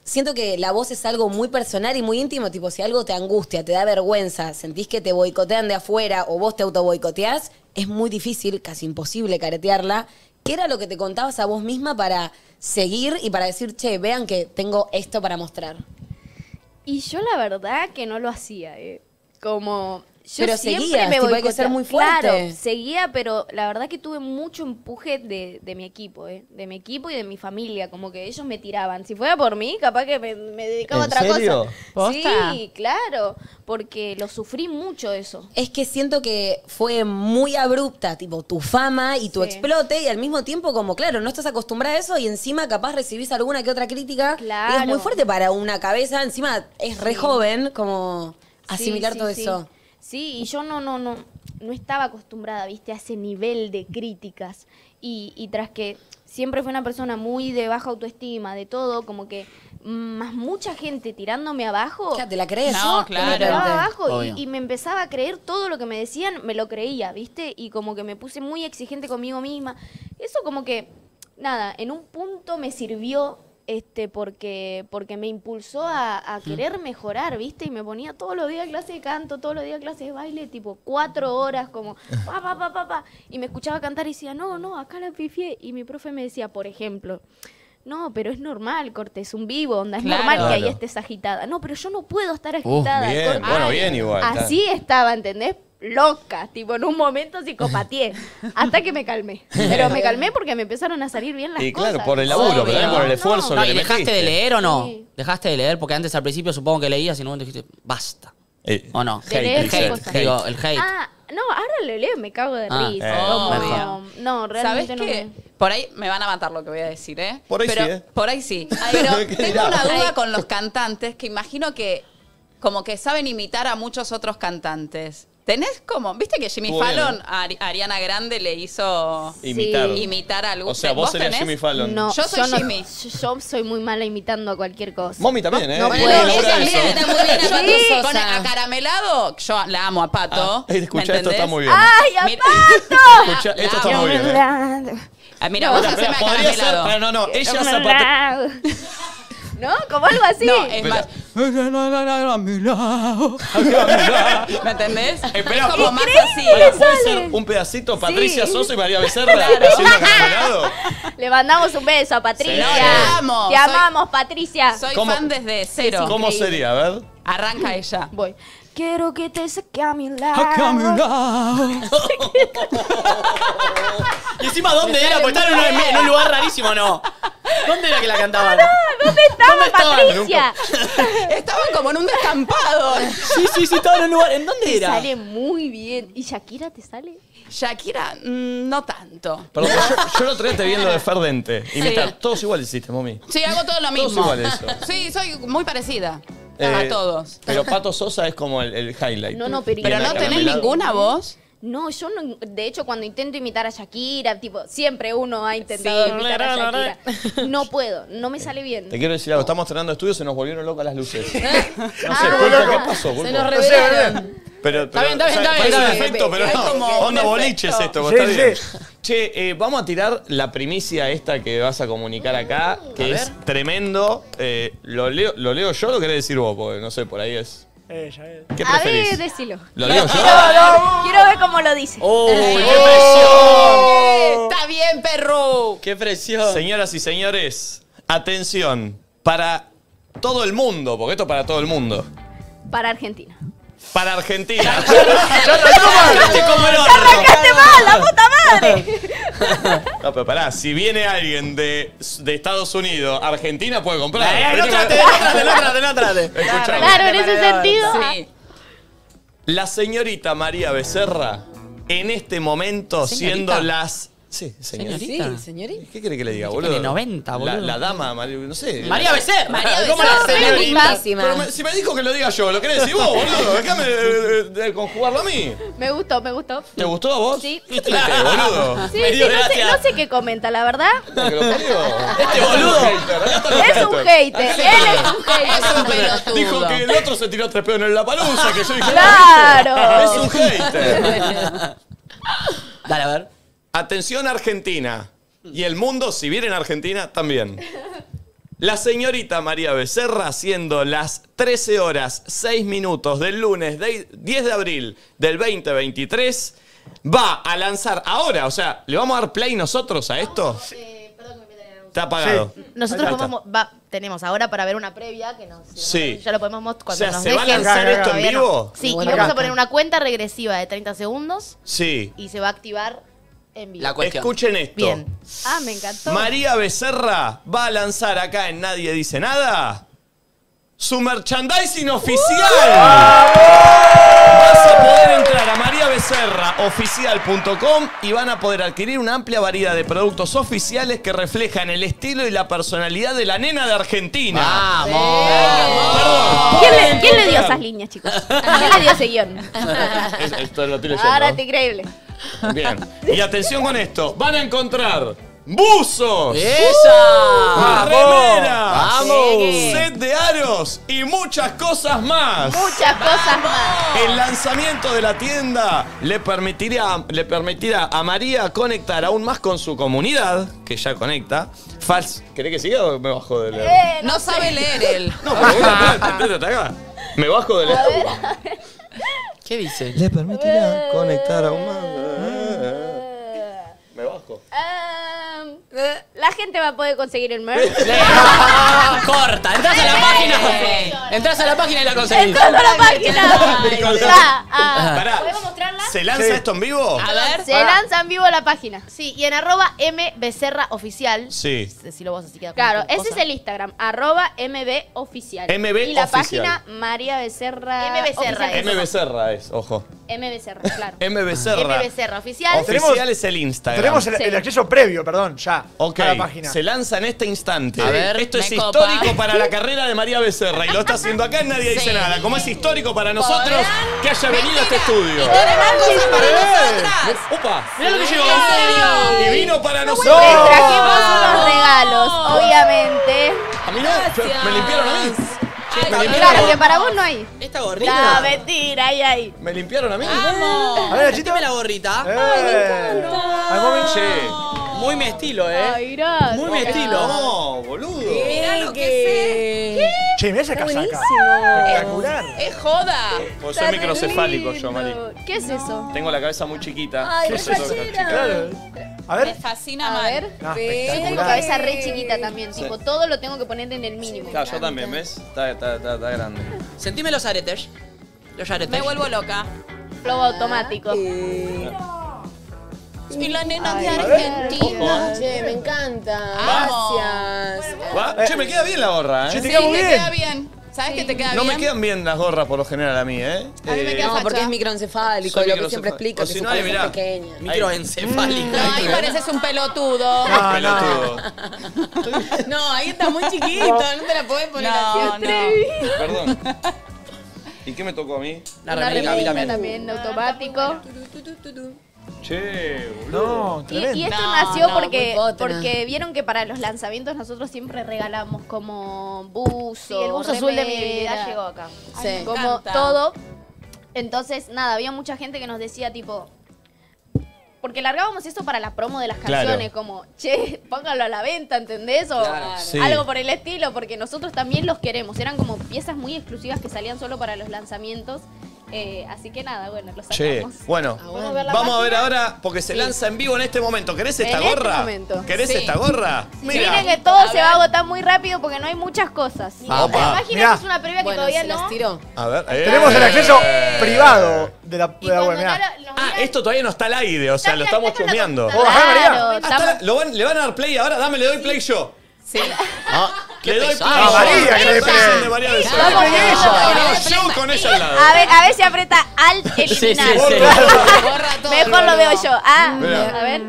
[SPEAKER 5] Siento que la voz es algo muy personal y muy íntimo, tipo, si algo te angustia, te da vergüenza, sentís que te boicotean de afuera o vos te autoboicoteás, es muy difícil, casi imposible caretearla. ¿Qué era lo que te contabas a vos misma para seguir y para decir, che, vean que tengo esto para mostrar?
[SPEAKER 6] Y yo la verdad que no lo hacía, eh. Como yo
[SPEAKER 5] Pero
[SPEAKER 6] siempre
[SPEAKER 5] seguías,
[SPEAKER 6] me
[SPEAKER 5] tipo,
[SPEAKER 6] voy
[SPEAKER 5] hay que ser muy fuerte.
[SPEAKER 6] Claro, seguía, pero la verdad que tuve mucho empuje de, de mi equipo, eh. De mi equipo y de mi familia, como que ellos me tiraban. Si fuera por mí, capaz que me, me dedicaba a
[SPEAKER 1] ¿En
[SPEAKER 6] otra
[SPEAKER 1] serio?
[SPEAKER 6] cosa.
[SPEAKER 4] ¿Posta?
[SPEAKER 6] Sí, claro, porque lo sufrí mucho eso.
[SPEAKER 5] Es que siento que fue muy abrupta, tipo, tu fama y tu
[SPEAKER 6] Sí.
[SPEAKER 5] explote, y al mismo tiempo, como claro, no estás acostumbrada a eso, y encima capaz recibís alguna que otra crítica.
[SPEAKER 6] Claro.
[SPEAKER 5] Y es muy fuerte para una cabeza, encima es re joven, como
[SPEAKER 6] Sí,
[SPEAKER 5] asimilar
[SPEAKER 6] sí,
[SPEAKER 5] todo
[SPEAKER 6] sí.
[SPEAKER 5] eso.
[SPEAKER 6] Sí, y yo no, no, no, no estaba acostumbrada, viste, a ese nivel de críticas. Y, y tras que siempre fui una persona muy de baja autoestima, de todo, como que más mucha gente tirándome abajo.
[SPEAKER 5] O sea, ¿te la crees?
[SPEAKER 4] No,
[SPEAKER 5] Yo,
[SPEAKER 4] claro.
[SPEAKER 6] Me
[SPEAKER 5] de repente.
[SPEAKER 6] tiraba abajo
[SPEAKER 3] Obvio.
[SPEAKER 6] y, y me empezaba a creer todo lo que me decían, me lo creía, ¿viste? Y como que me puse muy exigente conmigo misma. Eso como que, nada, en un punto me sirvió este porque porque me impulsó a, a querer mejorar, ¿viste? Y me ponía todos los días clase de canto, todos los días clase de baile, tipo cuatro horas, como pa, pa, pa, pa, pa. Y me escuchaba cantar y decía, no, no, acá la pifié. Y mi profe me decía, por ejemplo... No, pero es normal, corte, es un vivo, onda, es
[SPEAKER 4] Claro.
[SPEAKER 6] normal que ahí
[SPEAKER 1] Claro.
[SPEAKER 6] estés agitada. No, pero yo no puedo estar
[SPEAKER 1] Uh,
[SPEAKER 6] agitada.
[SPEAKER 1] bien,
[SPEAKER 6] corte.
[SPEAKER 1] bueno, bien igual. está.
[SPEAKER 6] Así estaba, ¿entendés? Loca, tipo en un momento psicopatié, hasta que me calmé. Pero me calmé porque me empezaron a salir bien las
[SPEAKER 1] Y
[SPEAKER 6] cosas.
[SPEAKER 1] claro, por el laburo,
[SPEAKER 3] Obvio.
[SPEAKER 1] pero también por el
[SPEAKER 6] No,
[SPEAKER 1] esfuerzo
[SPEAKER 3] No,
[SPEAKER 1] que
[SPEAKER 3] ¿y
[SPEAKER 1] le
[SPEAKER 3] dejaste
[SPEAKER 1] metiste.
[SPEAKER 3] de leer o no?
[SPEAKER 6] Sí.
[SPEAKER 3] Dejaste de leer porque antes al principio supongo que leías y en un momento dijiste, basta.
[SPEAKER 1] Eh,
[SPEAKER 3] ¿O no?
[SPEAKER 6] De leer
[SPEAKER 3] el hate,
[SPEAKER 6] cosas.
[SPEAKER 3] digo, el hate.
[SPEAKER 6] Ah, no, ahora lo leo y me cago de
[SPEAKER 3] Ah,
[SPEAKER 6] risa.
[SPEAKER 1] eh,
[SPEAKER 6] como-
[SPEAKER 3] mejor.
[SPEAKER 6] no,
[SPEAKER 4] ¿Sabes
[SPEAKER 6] realmente no
[SPEAKER 4] qué?
[SPEAKER 6] me-
[SPEAKER 4] Por ahí me van a matar lo que voy a decir, ¿eh?
[SPEAKER 1] Por ahí
[SPEAKER 4] Pero-
[SPEAKER 1] sí, ¿eh?
[SPEAKER 4] Por ahí sí.
[SPEAKER 1] Ay.
[SPEAKER 4] Pero
[SPEAKER 1] ¿Qué
[SPEAKER 4] tengo
[SPEAKER 1] dirá?
[SPEAKER 4] una duda
[SPEAKER 1] Ay.
[SPEAKER 4] con los cantantes que imagino que como que saben imitar a muchos otros cantantes. ¿Tenés como? ¿Viste que Jimmy
[SPEAKER 1] Estuvo bien,
[SPEAKER 4] Fallon
[SPEAKER 1] ¿eh?
[SPEAKER 4] a Ari- Ariana Grande le hizo
[SPEAKER 1] Imitar.
[SPEAKER 6] Sí.
[SPEAKER 4] imitar a algún
[SPEAKER 1] O sea, vos eres
[SPEAKER 4] tenés?
[SPEAKER 1] Jimmy Fallon.
[SPEAKER 6] No,
[SPEAKER 4] Yo soy
[SPEAKER 6] no-
[SPEAKER 4] Jimmy.
[SPEAKER 6] yo- yo soy muy mala imitando a cualquier cosa.
[SPEAKER 1] Mommy también, ¿eh?
[SPEAKER 6] no
[SPEAKER 1] Puede
[SPEAKER 6] puedo.
[SPEAKER 1] lograr
[SPEAKER 5] Ella
[SPEAKER 1] eso.
[SPEAKER 5] también está muy bien,
[SPEAKER 4] Yo-
[SPEAKER 5] Pato Sosa.
[SPEAKER 4] Pone acaramelado, yo la amo a Pato.
[SPEAKER 1] Ah, eh, escuchá, esto
[SPEAKER 4] ¿entendés?
[SPEAKER 1] está muy bien.
[SPEAKER 6] ¡Ay, a
[SPEAKER 4] Mira-
[SPEAKER 1] Escuchá,
[SPEAKER 4] La
[SPEAKER 1] esto está
[SPEAKER 4] amo.
[SPEAKER 1] muy bien. ¿eh?
[SPEAKER 6] Pato!
[SPEAKER 4] Ah, Mira, vos haceme
[SPEAKER 1] Espera, Podría ser.
[SPEAKER 4] acaramelado.
[SPEAKER 1] Ah, no, no. Ella zapata.
[SPEAKER 6] ¿No? Como algo así.
[SPEAKER 4] No, es
[SPEAKER 1] Espera.
[SPEAKER 4] más. ¿Me entendés?
[SPEAKER 1] Espera.
[SPEAKER 4] es como más así.
[SPEAKER 1] Para, ¿Puede ser un pedacito Patricia
[SPEAKER 6] Sí.
[SPEAKER 1] Sosa y María Becerra haciendo acaramelado?
[SPEAKER 6] Le mandamos un beso a Patricia.
[SPEAKER 1] Sí.
[SPEAKER 4] Te amo,
[SPEAKER 6] Te
[SPEAKER 4] soy-
[SPEAKER 6] amamos, Patricia.
[SPEAKER 4] Soy
[SPEAKER 1] ¿Cómo?
[SPEAKER 4] fan desde cero.
[SPEAKER 1] ¿Cómo sería? A ver.
[SPEAKER 4] Arranca ella.
[SPEAKER 6] Voy.
[SPEAKER 2] Quiero que te saque a mi lado.
[SPEAKER 3] Y encima, ¿dónde era? Porque estaba en un, en un lugar rarísimo, ¿no? ¿Dónde era que la cantaban?
[SPEAKER 6] ¿Dónde estaba Patricia?
[SPEAKER 8] Estaban como en un descampado.
[SPEAKER 3] Sí, sí, sí, estaba en un lugar. ¿En dónde
[SPEAKER 6] Te
[SPEAKER 3] era?
[SPEAKER 6] sale muy bien. ¿Y Shakira te sale?
[SPEAKER 4] Shakira, mm, no tanto.
[SPEAKER 1] Perdón, pero yo, yo el otro día te vi en lo de Ferdente. Y me
[SPEAKER 4] Sí.
[SPEAKER 1] está- todos igual hiciste, mami.
[SPEAKER 4] Sí, hago todo lo mismo.
[SPEAKER 1] igual eso.
[SPEAKER 4] Sí, soy muy parecida
[SPEAKER 1] Eh,
[SPEAKER 4] a todos.
[SPEAKER 1] Pero Pato Sosa es como el, el highlight.
[SPEAKER 6] No, no, pero-
[SPEAKER 1] Y
[SPEAKER 4] Pero
[SPEAKER 1] Ana
[SPEAKER 4] no tenés
[SPEAKER 1] Carmelado.
[SPEAKER 4] ninguna voz.
[SPEAKER 6] No, yo no. De hecho, cuando intento imitar a Shakira, tipo, siempre uno ha intentado
[SPEAKER 8] Sí.
[SPEAKER 6] imitar a Shakira. No puedo, no me sale bien.
[SPEAKER 1] Te quiero decir algo, estamos estrenando estudios se nos volvieron locas las luces. No sé,
[SPEAKER 6] Ah.
[SPEAKER 1] Pulpo, ¿qué pasó, Pulpo?
[SPEAKER 8] Se nos
[SPEAKER 7] No sé,
[SPEAKER 8] revelaron.
[SPEAKER 1] Pero, pero,
[SPEAKER 8] bien, está bien,
[SPEAKER 1] o sea,
[SPEAKER 8] está bien,
[SPEAKER 1] parece
[SPEAKER 8] está
[SPEAKER 1] un
[SPEAKER 8] bien.
[SPEAKER 1] efecto, pero
[SPEAKER 8] Hay
[SPEAKER 1] no.
[SPEAKER 8] como un
[SPEAKER 1] Onda
[SPEAKER 8] efecto.
[SPEAKER 1] boliches esto,
[SPEAKER 7] Sí,
[SPEAKER 1] pero está bien.
[SPEAKER 7] sí.
[SPEAKER 1] Che, eh, vamos a tirar la primicia esta que vas a comunicar acá, que es tremendo. Eh, ¿lo, leo, ¿Lo leo yo o lo querés decir vos? Porque no sé, por ahí es. ¿Qué
[SPEAKER 6] A ver,
[SPEAKER 1] preferís?
[SPEAKER 6] decilo.
[SPEAKER 1] ¿Lo leo yo?
[SPEAKER 6] Quiero ver cómo lo dice.
[SPEAKER 3] ¡Uy, qué
[SPEAKER 1] ¡Oh!
[SPEAKER 4] Está bien, perro.
[SPEAKER 3] ¡Qué presión!
[SPEAKER 1] Señoras y señores, atención, para todo el mundo, porque esto es para todo el mundo.
[SPEAKER 6] Para Argentina.
[SPEAKER 1] Para Argentina. Arrancaste como el orto. No, pero pará, si viene alguien de, de Estados Unidos, Argentina puede comprar.
[SPEAKER 3] Eh, no
[SPEAKER 1] Pero-
[SPEAKER 3] trate, no trate, no trate, no trate.
[SPEAKER 1] Escuchame.
[SPEAKER 6] Claro, en ese sentido.
[SPEAKER 4] Sí.
[SPEAKER 1] La señorita María Becerra, en este momento,
[SPEAKER 3] ¿Señorita?
[SPEAKER 1] siendo las. Sí, señorita.
[SPEAKER 3] Señorita.
[SPEAKER 8] Sí, señorita.
[SPEAKER 1] ¿Qué quiere que le diga, boludo?
[SPEAKER 3] tiene 90, boludo.
[SPEAKER 1] La, la dama, María- no sé.
[SPEAKER 3] María Becerra.
[SPEAKER 4] María
[SPEAKER 3] ¿Cómo
[SPEAKER 4] Becerra,
[SPEAKER 3] la señorita?
[SPEAKER 5] Buenísima.
[SPEAKER 1] Pero me- si me dijo que lo diga yo, lo querés decir vos, boludo. Déjame eh, eh, conjugarlo a mí.
[SPEAKER 6] Me gustó, me gustó.
[SPEAKER 1] ¿Te gustó a vos?
[SPEAKER 6] Sí.
[SPEAKER 1] ¿Qué triste, boludo?
[SPEAKER 6] Sí,
[SPEAKER 3] Me
[SPEAKER 6] sí,
[SPEAKER 3] dio
[SPEAKER 6] no sé,
[SPEAKER 3] gracia.
[SPEAKER 6] no sé qué comenta, la verdad.
[SPEAKER 1] Porque lo parió.
[SPEAKER 3] Este boludo.
[SPEAKER 6] Es un hater, él es un
[SPEAKER 4] Es un
[SPEAKER 6] hater.
[SPEAKER 4] pelotudo.
[SPEAKER 1] Dijo que el otro se tiró tres pedos en la palusa, que yo dije,
[SPEAKER 6] Claro.
[SPEAKER 1] "Ah, ¿viste? es un hater.
[SPEAKER 3] Dale, a ver.
[SPEAKER 1] Atención Argentina. Y el mundo, si viene en Argentina, también. La señorita María Becerra, siendo las 13 horas 6 minutos del lunes de- 10 de abril del 2023, va a lanzar ahora, o sea, ¿le vamos a dar play nosotros a esto? Está apagado.
[SPEAKER 9] Nosotros
[SPEAKER 1] Ahí está.
[SPEAKER 9] podemos, va, tenemos ahora para ver una previa que nos.
[SPEAKER 1] Sí.
[SPEAKER 9] Ya lo podemos mostrar
[SPEAKER 1] O
[SPEAKER 9] cuando
[SPEAKER 1] sea,
[SPEAKER 9] nos
[SPEAKER 1] ¿se va a
[SPEAKER 9] dejen.
[SPEAKER 1] lanzar
[SPEAKER 9] Todavía
[SPEAKER 1] esto en
[SPEAKER 9] no.
[SPEAKER 1] vivo?
[SPEAKER 9] Sí,
[SPEAKER 8] Bueno,
[SPEAKER 9] y vamos
[SPEAKER 8] acá.
[SPEAKER 9] a poner una cuenta regresiva de 30 segundos
[SPEAKER 1] Sí.
[SPEAKER 9] y se va a activar en vivo.
[SPEAKER 3] La cuestión.
[SPEAKER 1] Escuchen esto.
[SPEAKER 9] Bien.
[SPEAKER 6] Ah, me encantó.
[SPEAKER 1] María Becerra va a lanzar acá en Nadie Dice Nada su merchandising oficial. Vas a poder entrar a mariabecerraoficial.com y van a poder adquirir una amplia variedad de productos oficiales que reflejan el estilo y la personalidad de la nena de Argentina.
[SPEAKER 3] ¡Vamos!
[SPEAKER 6] ¿Quién le, quién le dio esas líneas, chicos? ¿Quién le dio ese guión? Ah,
[SPEAKER 1] Es- esto lo estoy leyendo.
[SPEAKER 6] Ahora es increíble.
[SPEAKER 1] Bien. Y atención con esto. Van a encontrar buzos.
[SPEAKER 3] Eh, ¡Esa!
[SPEAKER 1] remeras,
[SPEAKER 3] Ah, ¡Vamos!
[SPEAKER 1] set de aros y muchas cosas más.
[SPEAKER 6] Muchas cosas más.
[SPEAKER 1] El lanzamiento de la tienda le permitirá, le permitirá a María conectar aún más con su comunidad, que ya conecta. Fals ¿Querés que siga o me bajo del...
[SPEAKER 6] Eh,
[SPEAKER 4] No sabe leer él.
[SPEAKER 1] No, pero bueno, espérate, espérate, acá. Me bajo del...
[SPEAKER 3] ¿Qué dice?
[SPEAKER 1] Le permitirá conectar aún más... Me bajo.
[SPEAKER 6] um, Eh, la gente va a poder conseguir el merch.
[SPEAKER 3] Corta, entras a la página. Entras a la página y la conseguís.
[SPEAKER 6] Entrando a la página.
[SPEAKER 1] Ay, Nicolás.
[SPEAKER 6] Ya, ah.
[SPEAKER 1] Pará.
[SPEAKER 6] ¿Podemos mostrarla? Ah.
[SPEAKER 1] ¿Se lanza esto en vivo?
[SPEAKER 4] A ver.
[SPEAKER 6] Se lanza en vivo la página.
[SPEAKER 9] Sí, y en arroba M Becerra Oficial.
[SPEAKER 1] Sí.
[SPEAKER 9] Si lo vos así queda como
[SPEAKER 6] Claro,
[SPEAKER 9] con
[SPEAKER 6] ese
[SPEAKER 9] cosa.
[SPEAKER 6] es el Instagram, arroba mboficial.
[SPEAKER 1] MB
[SPEAKER 6] Y la
[SPEAKER 1] oficial.
[SPEAKER 6] página María Becerra.
[SPEAKER 9] M Becerra,
[SPEAKER 6] Oficial.
[SPEAKER 1] M. Becerra es, ojo.
[SPEAKER 6] M Becerra, claro.
[SPEAKER 1] M.
[SPEAKER 9] M
[SPEAKER 1] Becerra.
[SPEAKER 9] Becerra Oficial.
[SPEAKER 1] Oficial es el Instagram.
[SPEAKER 7] Tenemos el,
[SPEAKER 6] Sí.
[SPEAKER 7] el acceso previo, perdón, ya.
[SPEAKER 1] Ok,
[SPEAKER 7] A la página.
[SPEAKER 1] se lanza en este instante.
[SPEAKER 3] A ver,
[SPEAKER 1] Esto es
[SPEAKER 4] me copa.
[SPEAKER 1] histórico para la carrera de María Becerra y lo está haciendo acá y nadie dice nada. Como es histórico para nosotros que haya venido a este estudio. Eh, ¡Upa! ¡Mirá lo que llegó! ¡Y vino para nosotros!
[SPEAKER 6] Les trajimos unos regalos, obviamente.
[SPEAKER 1] A mí no, yo- me limpiaron a mí.
[SPEAKER 3] Ay,
[SPEAKER 1] Me
[SPEAKER 6] Claro, que
[SPEAKER 1] limpiaron,
[SPEAKER 6] para vos no hay.
[SPEAKER 3] Esta
[SPEAKER 6] No,
[SPEAKER 3] gorrita.
[SPEAKER 6] mentira, ahí, ahí.
[SPEAKER 1] me limpiaron a mí.
[SPEAKER 3] ¡Vamos!
[SPEAKER 7] A ver, Nachito.
[SPEAKER 3] Meteme la gorrita.
[SPEAKER 7] ¡Eh! Al momento-
[SPEAKER 1] Che,
[SPEAKER 3] Muy mi estilo, eh.
[SPEAKER 6] Ay, gracias.
[SPEAKER 3] Muy mi estilo.
[SPEAKER 1] Este, no, boludo.
[SPEAKER 7] Che, mirá esa casaca. Espectacular.
[SPEAKER 4] Es joda.
[SPEAKER 1] Porque soy microcefálico Pues yo, Mari.
[SPEAKER 6] ¿Qué es eso?
[SPEAKER 1] Tengo la cabeza muy chiquita.
[SPEAKER 8] Ay,
[SPEAKER 1] ¿Qué
[SPEAKER 8] re
[SPEAKER 1] es eso?
[SPEAKER 8] fachera.
[SPEAKER 7] Claro. A ver.
[SPEAKER 4] Me fascina
[SPEAKER 6] A
[SPEAKER 4] mal.
[SPEAKER 6] ver.
[SPEAKER 7] No,
[SPEAKER 6] Yo tengo
[SPEAKER 7] espectacular.
[SPEAKER 6] cabeza re chiquita también, tipo, todo lo tengo que poner en el mínimo.
[SPEAKER 1] Claro, yo también, ¿ves? Está, está, está, está grande.
[SPEAKER 3] Sentime los aretes. Yo ya haré
[SPEAKER 4] Me
[SPEAKER 3] todo.
[SPEAKER 4] vuelvo loca.
[SPEAKER 6] Flow automático.
[SPEAKER 4] Y la nena de
[SPEAKER 1] Ojo,
[SPEAKER 4] Argentina.
[SPEAKER 1] ¿eh?
[SPEAKER 7] Che, me encanta.
[SPEAKER 4] Vamos.
[SPEAKER 7] Gracias.
[SPEAKER 1] Va- Che, me queda bien la gorra,
[SPEAKER 4] Sí,
[SPEAKER 1] ¿eh?
[SPEAKER 4] te
[SPEAKER 7] queda muy bien.
[SPEAKER 4] queda bien. ¿Sabes que te queda
[SPEAKER 1] No me
[SPEAKER 4] bien?
[SPEAKER 1] quedan bien las gorras por lo general a mí, ¿eh?
[SPEAKER 4] A mí me
[SPEAKER 1] Eh,
[SPEAKER 4] queda
[SPEAKER 5] No,
[SPEAKER 4] facha.
[SPEAKER 5] porque es microencefálico,
[SPEAKER 1] Soy
[SPEAKER 5] lo que siempre
[SPEAKER 1] microencefálico.
[SPEAKER 5] explico,
[SPEAKER 1] O
[SPEAKER 5] que
[SPEAKER 1] si
[SPEAKER 5] su
[SPEAKER 1] no, ahí,
[SPEAKER 5] cabeza es
[SPEAKER 1] mirá.
[SPEAKER 5] pequeña.
[SPEAKER 3] Microencefálico.
[SPEAKER 4] No, ahí pareces un pelotudo.
[SPEAKER 7] No,
[SPEAKER 1] pelotudo.
[SPEAKER 5] No, ahí está muy chiquito, no te la podés poner
[SPEAKER 4] No,
[SPEAKER 5] así.
[SPEAKER 4] no.
[SPEAKER 1] Perdón. ¿Y qué me tocó a mí?
[SPEAKER 3] La
[SPEAKER 6] Una
[SPEAKER 3] remera, a mí
[SPEAKER 6] remera
[SPEAKER 3] también.
[SPEAKER 6] también automático.
[SPEAKER 1] Che, boludo.
[SPEAKER 7] No,
[SPEAKER 6] Y,
[SPEAKER 7] tremendo.
[SPEAKER 6] y esto
[SPEAKER 4] No,
[SPEAKER 6] nació
[SPEAKER 5] no,
[SPEAKER 6] porque,
[SPEAKER 5] muy potro.
[SPEAKER 6] porque vieron que para los lanzamientos nosotros siempre regalamos como buzo.
[SPEAKER 9] el buzo azul de mi vida
[SPEAKER 6] llegó
[SPEAKER 9] llegó
[SPEAKER 6] acá.
[SPEAKER 7] Sí.
[SPEAKER 6] como
[SPEAKER 4] encanta.
[SPEAKER 6] todo. Entonces, nada, había mucha gente que nos decía tipo. Porque largábamos esto para la promo de las
[SPEAKER 1] Claro.
[SPEAKER 6] canciones, como, che, póngalo a la venta, ¿entendés? O
[SPEAKER 3] Claro.
[SPEAKER 1] Sí.
[SPEAKER 6] algo por el estilo, porque nosotros también los queremos. Eran como piezas muy exclusivas que salían solo para los lanzamientos. Eh, así que nada, bueno, los
[SPEAKER 1] Che,
[SPEAKER 6] sacamos.
[SPEAKER 1] bueno.
[SPEAKER 6] ¿Podemos ver la
[SPEAKER 1] Vamos a
[SPEAKER 6] página?
[SPEAKER 1] ver ahora, porque se lanza en vivo en este momento. ¿Querés esta
[SPEAKER 6] En este
[SPEAKER 1] gorra?
[SPEAKER 6] momento.
[SPEAKER 1] ¿Querés
[SPEAKER 4] Sí.
[SPEAKER 1] esta gorra? Mira.
[SPEAKER 6] Miren que todo se va a agotar muy rápido porque no hay muchas cosas.
[SPEAKER 1] Ah,
[SPEAKER 6] La
[SPEAKER 1] pa.
[SPEAKER 6] página
[SPEAKER 7] Mirá.
[SPEAKER 6] es una previa que
[SPEAKER 5] Bueno,
[SPEAKER 6] todavía
[SPEAKER 5] se
[SPEAKER 6] no.
[SPEAKER 5] las tiró.
[SPEAKER 1] A ver. eh.
[SPEAKER 7] Tenemos el acceso privado de la,
[SPEAKER 6] Y
[SPEAKER 7] de la web.
[SPEAKER 6] cuando no
[SPEAKER 7] mirá.
[SPEAKER 6] lo- nos
[SPEAKER 1] Ah,
[SPEAKER 6] miran-
[SPEAKER 1] esto todavía no está al aire, o sea, lo estamos
[SPEAKER 6] Está
[SPEAKER 1] chumeando.
[SPEAKER 6] mirando la
[SPEAKER 7] Vos bajá,
[SPEAKER 6] computadora.
[SPEAKER 7] María.
[SPEAKER 6] Claro,
[SPEAKER 1] Hasta-
[SPEAKER 6] estamos-
[SPEAKER 1] ¿lo van- ¿Le van a dar play ahora? Dame, le doy play yo.
[SPEAKER 4] Sí.
[SPEAKER 3] Qué
[SPEAKER 1] le doy
[SPEAKER 3] pesado.
[SPEAKER 1] play
[SPEAKER 7] Ah, María, que le dé
[SPEAKER 1] Dame
[SPEAKER 7] play.
[SPEAKER 1] el de María del Sol.
[SPEAKER 7] Dame Dame play ella.
[SPEAKER 1] No, yo con ella al lado.
[SPEAKER 6] A ver, a ver si aprieta alt
[SPEAKER 3] Sí, sí,
[SPEAKER 6] eliminar.
[SPEAKER 3] sí.
[SPEAKER 4] Borra todo.
[SPEAKER 6] Mejor lo veo yo. Ah,
[SPEAKER 1] Mira.
[SPEAKER 6] a ver.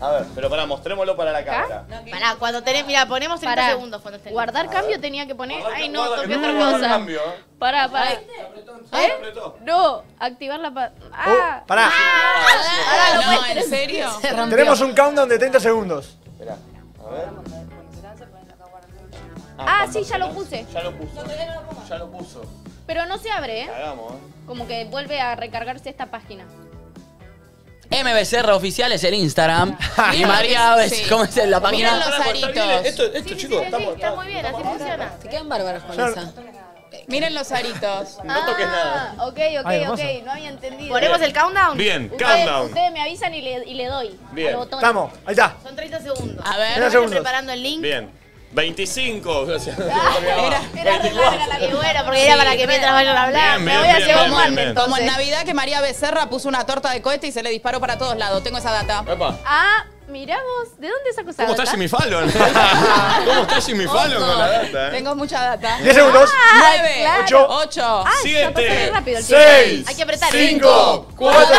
[SPEAKER 1] A ver, pero pará, mostrémoslo para la cámara.
[SPEAKER 6] Pará, cuando tenés, mira, ponemos
[SPEAKER 9] 30 segundos cuando esté
[SPEAKER 6] Guardar cambio tenía que poner. Ay, no,
[SPEAKER 1] Guarda,
[SPEAKER 6] toqué
[SPEAKER 1] guarda,
[SPEAKER 6] otra
[SPEAKER 1] guarda el
[SPEAKER 6] cosa.
[SPEAKER 1] cambio, ¿eh?
[SPEAKER 6] Pará, pará. ¿Eh?
[SPEAKER 1] Se apretó.
[SPEAKER 6] No, activar la. pa- Ah,
[SPEAKER 7] Oh, pará.
[SPEAKER 4] No, ¿en serio?
[SPEAKER 7] Tenemos un countdown de 30 segundos.
[SPEAKER 6] ah, sí, ya lo puse.
[SPEAKER 1] Ya lo puso. Ya lo puso.
[SPEAKER 6] Pero no se abre, ¿eh?
[SPEAKER 1] Hagamos, ¿eh?
[SPEAKER 6] Como que vuelve a recargarse esta página.
[SPEAKER 3] MBCR oficial es el Instagram. y María,
[SPEAKER 4] Sí.
[SPEAKER 3] ¿cómo es la página?
[SPEAKER 4] Miren los
[SPEAKER 1] Pará, pues, está bien.
[SPEAKER 4] aritos.
[SPEAKER 1] Esto, esto chicos,
[SPEAKER 6] Sí,
[SPEAKER 1] estamos.
[SPEAKER 6] está muy bien, así funciona.
[SPEAKER 5] Te quedan bárbaros con
[SPEAKER 7] Ya-
[SPEAKER 5] esa.
[SPEAKER 4] Miren los aritos.
[SPEAKER 1] No toques nada.
[SPEAKER 6] Ah, ok, ok,
[SPEAKER 7] Ay, hermoso.
[SPEAKER 6] ok, no había entendido.
[SPEAKER 9] ¿Ponemos el countdown?
[SPEAKER 1] Bien,
[SPEAKER 6] Ustedes-
[SPEAKER 1] countdown.
[SPEAKER 6] Ustedes me avisan y le, y le doy
[SPEAKER 1] Bien.
[SPEAKER 6] al botón.
[SPEAKER 7] Estamos, ahí está.
[SPEAKER 9] Son 30 segundos.
[SPEAKER 4] A
[SPEAKER 7] Mira,
[SPEAKER 4] ver.
[SPEAKER 7] segundos.
[SPEAKER 9] preparando el link.
[SPEAKER 1] Bien. 25. gracias.
[SPEAKER 6] Ah. Era re larga la
[SPEAKER 9] Y
[SPEAKER 6] que-
[SPEAKER 9] bueno, porque era para que mientras vayan a hablar,
[SPEAKER 1] Bien,
[SPEAKER 9] me
[SPEAKER 1] bien,
[SPEAKER 9] voy a
[SPEAKER 1] bien,
[SPEAKER 9] llevar
[SPEAKER 1] bien,
[SPEAKER 9] mate,
[SPEAKER 1] bien.
[SPEAKER 4] Como en
[SPEAKER 9] entonces.
[SPEAKER 4] Navidad que María Becerra puso una torta de cohete y se le disparó para todos lados. Tengo esa data.
[SPEAKER 1] Epa.
[SPEAKER 6] Ah, mirá vos, ¿de dónde sacó esa
[SPEAKER 1] ¿Cómo está
[SPEAKER 6] data? Ah,
[SPEAKER 1] Jimmy Fallon? ¿Cómo está Jimmy Fallon con la data? eh?
[SPEAKER 4] Tengo mucha data. Ah,
[SPEAKER 7] 10 segundos.
[SPEAKER 4] Nueve.
[SPEAKER 7] Ocho.
[SPEAKER 4] Ocho.
[SPEAKER 6] Ah, ya pasó
[SPEAKER 1] Siete,
[SPEAKER 6] muy rápido el tiempo.
[SPEAKER 7] seis,
[SPEAKER 6] Hay que apretar.
[SPEAKER 9] ¿eh?
[SPEAKER 1] Cinco, cuatro,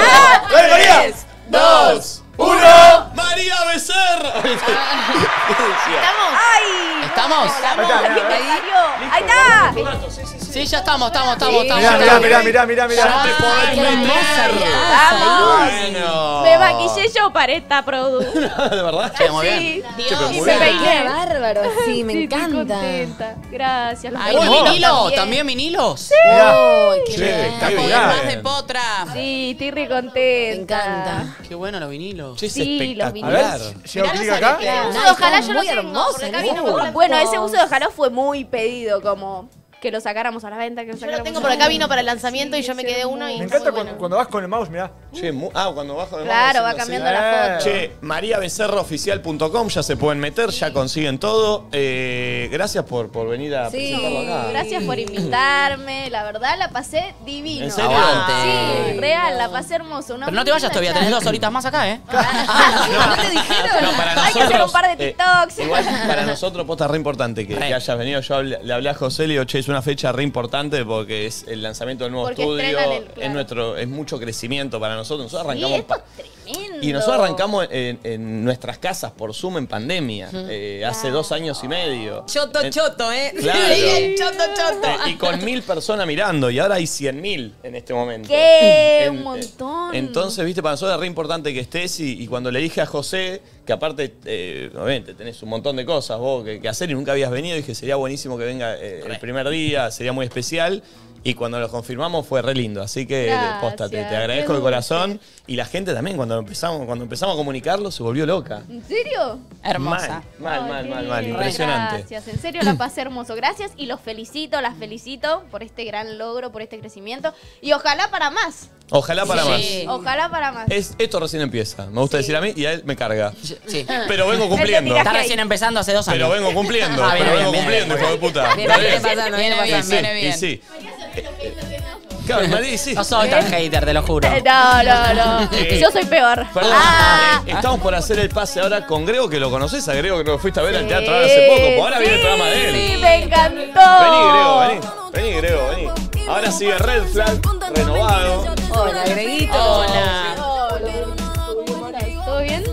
[SPEAKER 7] ¡Dale, María!
[SPEAKER 1] dos, uno. María
[SPEAKER 6] Ah,
[SPEAKER 1] Becerra.
[SPEAKER 9] ¿Estamos?
[SPEAKER 3] ¿Estamos?
[SPEAKER 6] Ahí está.
[SPEAKER 3] Sí, ya estamos, estamos, estamos, estamos.
[SPEAKER 7] Mirá, mirá,
[SPEAKER 3] estamos.
[SPEAKER 7] mirá, mirá, mirá, mirá.
[SPEAKER 1] Te podés meter. Bueno.
[SPEAKER 6] Me maquillé yo para esta produ.
[SPEAKER 1] ¿De verdad?
[SPEAKER 3] Sí, muy bien.
[SPEAKER 1] Che, pero
[SPEAKER 6] Y
[SPEAKER 1] muy
[SPEAKER 6] se
[SPEAKER 1] bien.
[SPEAKER 5] Qué
[SPEAKER 6] peiné.
[SPEAKER 5] bárbaro, sí, me
[SPEAKER 6] Sí, estoy
[SPEAKER 5] encanta.
[SPEAKER 6] contenta. Gracias. los
[SPEAKER 3] Ay,
[SPEAKER 6] veo.
[SPEAKER 3] vinilo, también vinilos.
[SPEAKER 7] Mirá.
[SPEAKER 5] Qué
[SPEAKER 1] Che,
[SPEAKER 5] bien.
[SPEAKER 1] qué bien.
[SPEAKER 4] Poder más de potra.
[SPEAKER 6] Sí, estoy re
[SPEAKER 5] Me
[SPEAKER 6] contenta.
[SPEAKER 5] encanta.
[SPEAKER 3] Qué bueno los vinilos.
[SPEAKER 1] Che, es
[SPEAKER 6] Sí, los
[SPEAKER 7] A ver,
[SPEAKER 1] espectacular.
[SPEAKER 7] si hago
[SPEAKER 4] Mirá
[SPEAKER 7] clic
[SPEAKER 4] los
[SPEAKER 7] acá.
[SPEAKER 4] aretes.
[SPEAKER 6] Uso de
[SPEAKER 5] Ay,
[SPEAKER 6] ojalá yo
[SPEAKER 5] son
[SPEAKER 6] lo
[SPEAKER 5] muy
[SPEAKER 6] tengo,
[SPEAKER 5] hermosos,
[SPEAKER 6] porque acá vino
[SPEAKER 5] muy
[SPEAKER 6] por la-
[SPEAKER 5] guapos.
[SPEAKER 6] Bueno, ese uso de ojalá fue muy pedido, como que lo sacáramos a la venta, que lo
[SPEAKER 9] Yo lo
[SPEAKER 6] sacáramos
[SPEAKER 9] tengo
[SPEAKER 6] a
[SPEAKER 9] por
[SPEAKER 6] la
[SPEAKER 9] acá,
[SPEAKER 6] venta.
[SPEAKER 9] vino para el lanzamiento y yo me quedé uno y.
[SPEAKER 7] Me
[SPEAKER 9] está
[SPEAKER 7] encanta
[SPEAKER 9] muy
[SPEAKER 7] cuando,
[SPEAKER 9] bueno.
[SPEAKER 7] cuando vas con el mouse, mirá.
[SPEAKER 1] Che, mu- ah, cuando bajo de
[SPEAKER 6] Claro,
[SPEAKER 1] mano
[SPEAKER 6] va
[SPEAKER 1] haciendo así.
[SPEAKER 6] cambiando la foto.
[SPEAKER 1] Che, mariabecerraoficial.com, ya se pueden meter, ya consiguen todo. Eh, gracias por, por venir a
[SPEAKER 5] Sí.
[SPEAKER 1] presentarlo acá.
[SPEAKER 6] Gracias por invitarme, la verdad la pasé divino.
[SPEAKER 1] ¿En serio?
[SPEAKER 3] Aguante.
[SPEAKER 6] Sí, real, la pasé hermoso. una
[SPEAKER 3] Pero no te vayas
[SPEAKER 6] linda
[SPEAKER 3] todavía,
[SPEAKER 6] charla.
[SPEAKER 3] tenés dos horitas más acá, ¿eh?
[SPEAKER 6] Ah,
[SPEAKER 5] ¿No te dijeron?
[SPEAKER 1] No, para
[SPEAKER 6] Hay que hacer un par de
[SPEAKER 1] eh,
[SPEAKER 6] TikToks.
[SPEAKER 1] igual para nosotros, posta re importante que,
[SPEAKER 3] Re.
[SPEAKER 1] que hayas venido. Yo hablé- le hablé a José, le digo, che, es una fecha re importante porque es el lanzamiento del nuevo
[SPEAKER 6] Porque
[SPEAKER 1] estudio.
[SPEAKER 6] estrenan el- claro.
[SPEAKER 1] Es nuestro, es mucho crecimiento para nosotros. Nosotros
[SPEAKER 6] Sí,
[SPEAKER 1] arrancamos.
[SPEAKER 6] esto
[SPEAKER 1] pa-
[SPEAKER 6] es tremendo.
[SPEAKER 1] y nosotros arrancamos en, en nuestras casas por Zoom en pandemia, eh, hace dos años y medio.
[SPEAKER 5] Choto,
[SPEAKER 1] En-
[SPEAKER 5] choto, ¿eh?
[SPEAKER 1] Claro.
[SPEAKER 5] Sí, choto, choto.
[SPEAKER 1] Eh, y con mil personas mirando, y ahora hay cien mil en este momento.
[SPEAKER 6] ¡Qué!
[SPEAKER 1] En-
[SPEAKER 6] un montón.
[SPEAKER 1] eh, Entonces, viste, para nosotros es re importante que estés. Y, y cuando le dije a José, que aparte, eh, obviamente, tenés un montón de cosas vos que, que hacer y nunca habías venido, dije, sería buenísimo que venga eh, el primer día, sería muy especial. Y cuando lo confirmamos fue re lindo, así que eh,
[SPEAKER 6] Gracias,
[SPEAKER 1] posta, te, te
[SPEAKER 6] qué
[SPEAKER 1] agradezco de
[SPEAKER 6] dulce.
[SPEAKER 1] corazón. Y la gente también, cuando empezamos, cuando empezamos a comunicarlo, se volvió loca.
[SPEAKER 6] ¿En serio?
[SPEAKER 4] Hermosa.
[SPEAKER 1] Mal, mal, mal,
[SPEAKER 6] Ay,
[SPEAKER 1] mal,
[SPEAKER 6] qué
[SPEAKER 1] mal,
[SPEAKER 6] lindo.
[SPEAKER 1] impresionante.
[SPEAKER 6] Gracias, en serio la pasé hermoso. Gracias y los felicito, las felicito por este gran logro, por este crecimiento. Y ojalá para más.
[SPEAKER 1] Ojalá para
[SPEAKER 4] Sí.
[SPEAKER 1] más.
[SPEAKER 6] Ojalá para más.
[SPEAKER 1] Es, esto recién empieza. Me gusta decir a mí y a él me carga.
[SPEAKER 3] Sí.
[SPEAKER 1] Pero vengo cumpliendo.
[SPEAKER 6] Él te
[SPEAKER 3] Está
[SPEAKER 6] tiraje
[SPEAKER 3] recién empezando hace dos años.
[SPEAKER 1] Pero vengo cumpliendo.
[SPEAKER 3] Ah, bien,
[SPEAKER 1] pero
[SPEAKER 3] bien,
[SPEAKER 1] vengo
[SPEAKER 3] bien,
[SPEAKER 1] cumpliendo,
[SPEAKER 3] bien.
[SPEAKER 1] hijo de puta.
[SPEAKER 5] Viene,
[SPEAKER 1] Está
[SPEAKER 5] viene
[SPEAKER 1] bien.
[SPEAKER 5] pasando, viene
[SPEAKER 4] Viene bien,
[SPEAKER 5] pasando.
[SPEAKER 4] viene
[SPEAKER 1] Y
[SPEAKER 4] bien.
[SPEAKER 1] sí. Claro, María, sí.
[SPEAKER 3] No soy tan hater, te lo juro.
[SPEAKER 6] Eh, No, no, no.
[SPEAKER 1] Eh,
[SPEAKER 6] Yo soy peor.
[SPEAKER 1] Perdón,
[SPEAKER 6] Ah.
[SPEAKER 1] eh, estamos por hacer el pase ahora con Grego, que lo conoces a Grego, que lo fuiste a ver al teatro ahora
[SPEAKER 6] Sí,
[SPEAKER 1] hace poco. pues Ahora viene el
[SPEAKER 6] Eh, sí,
[SPEAKER 1] programa de él.
[SPEAKER 6] Sí, me encantó.
[SPEAKER 1] Vení, Grego, eh. vení. Vení, Grego, vení. Ahora sigue Red Flag, renovado.
[SPEAKER 5] Hola, Greguito.
[SPEAKER 6] Hola.
[SPEAKER 2] ¿Todo bien?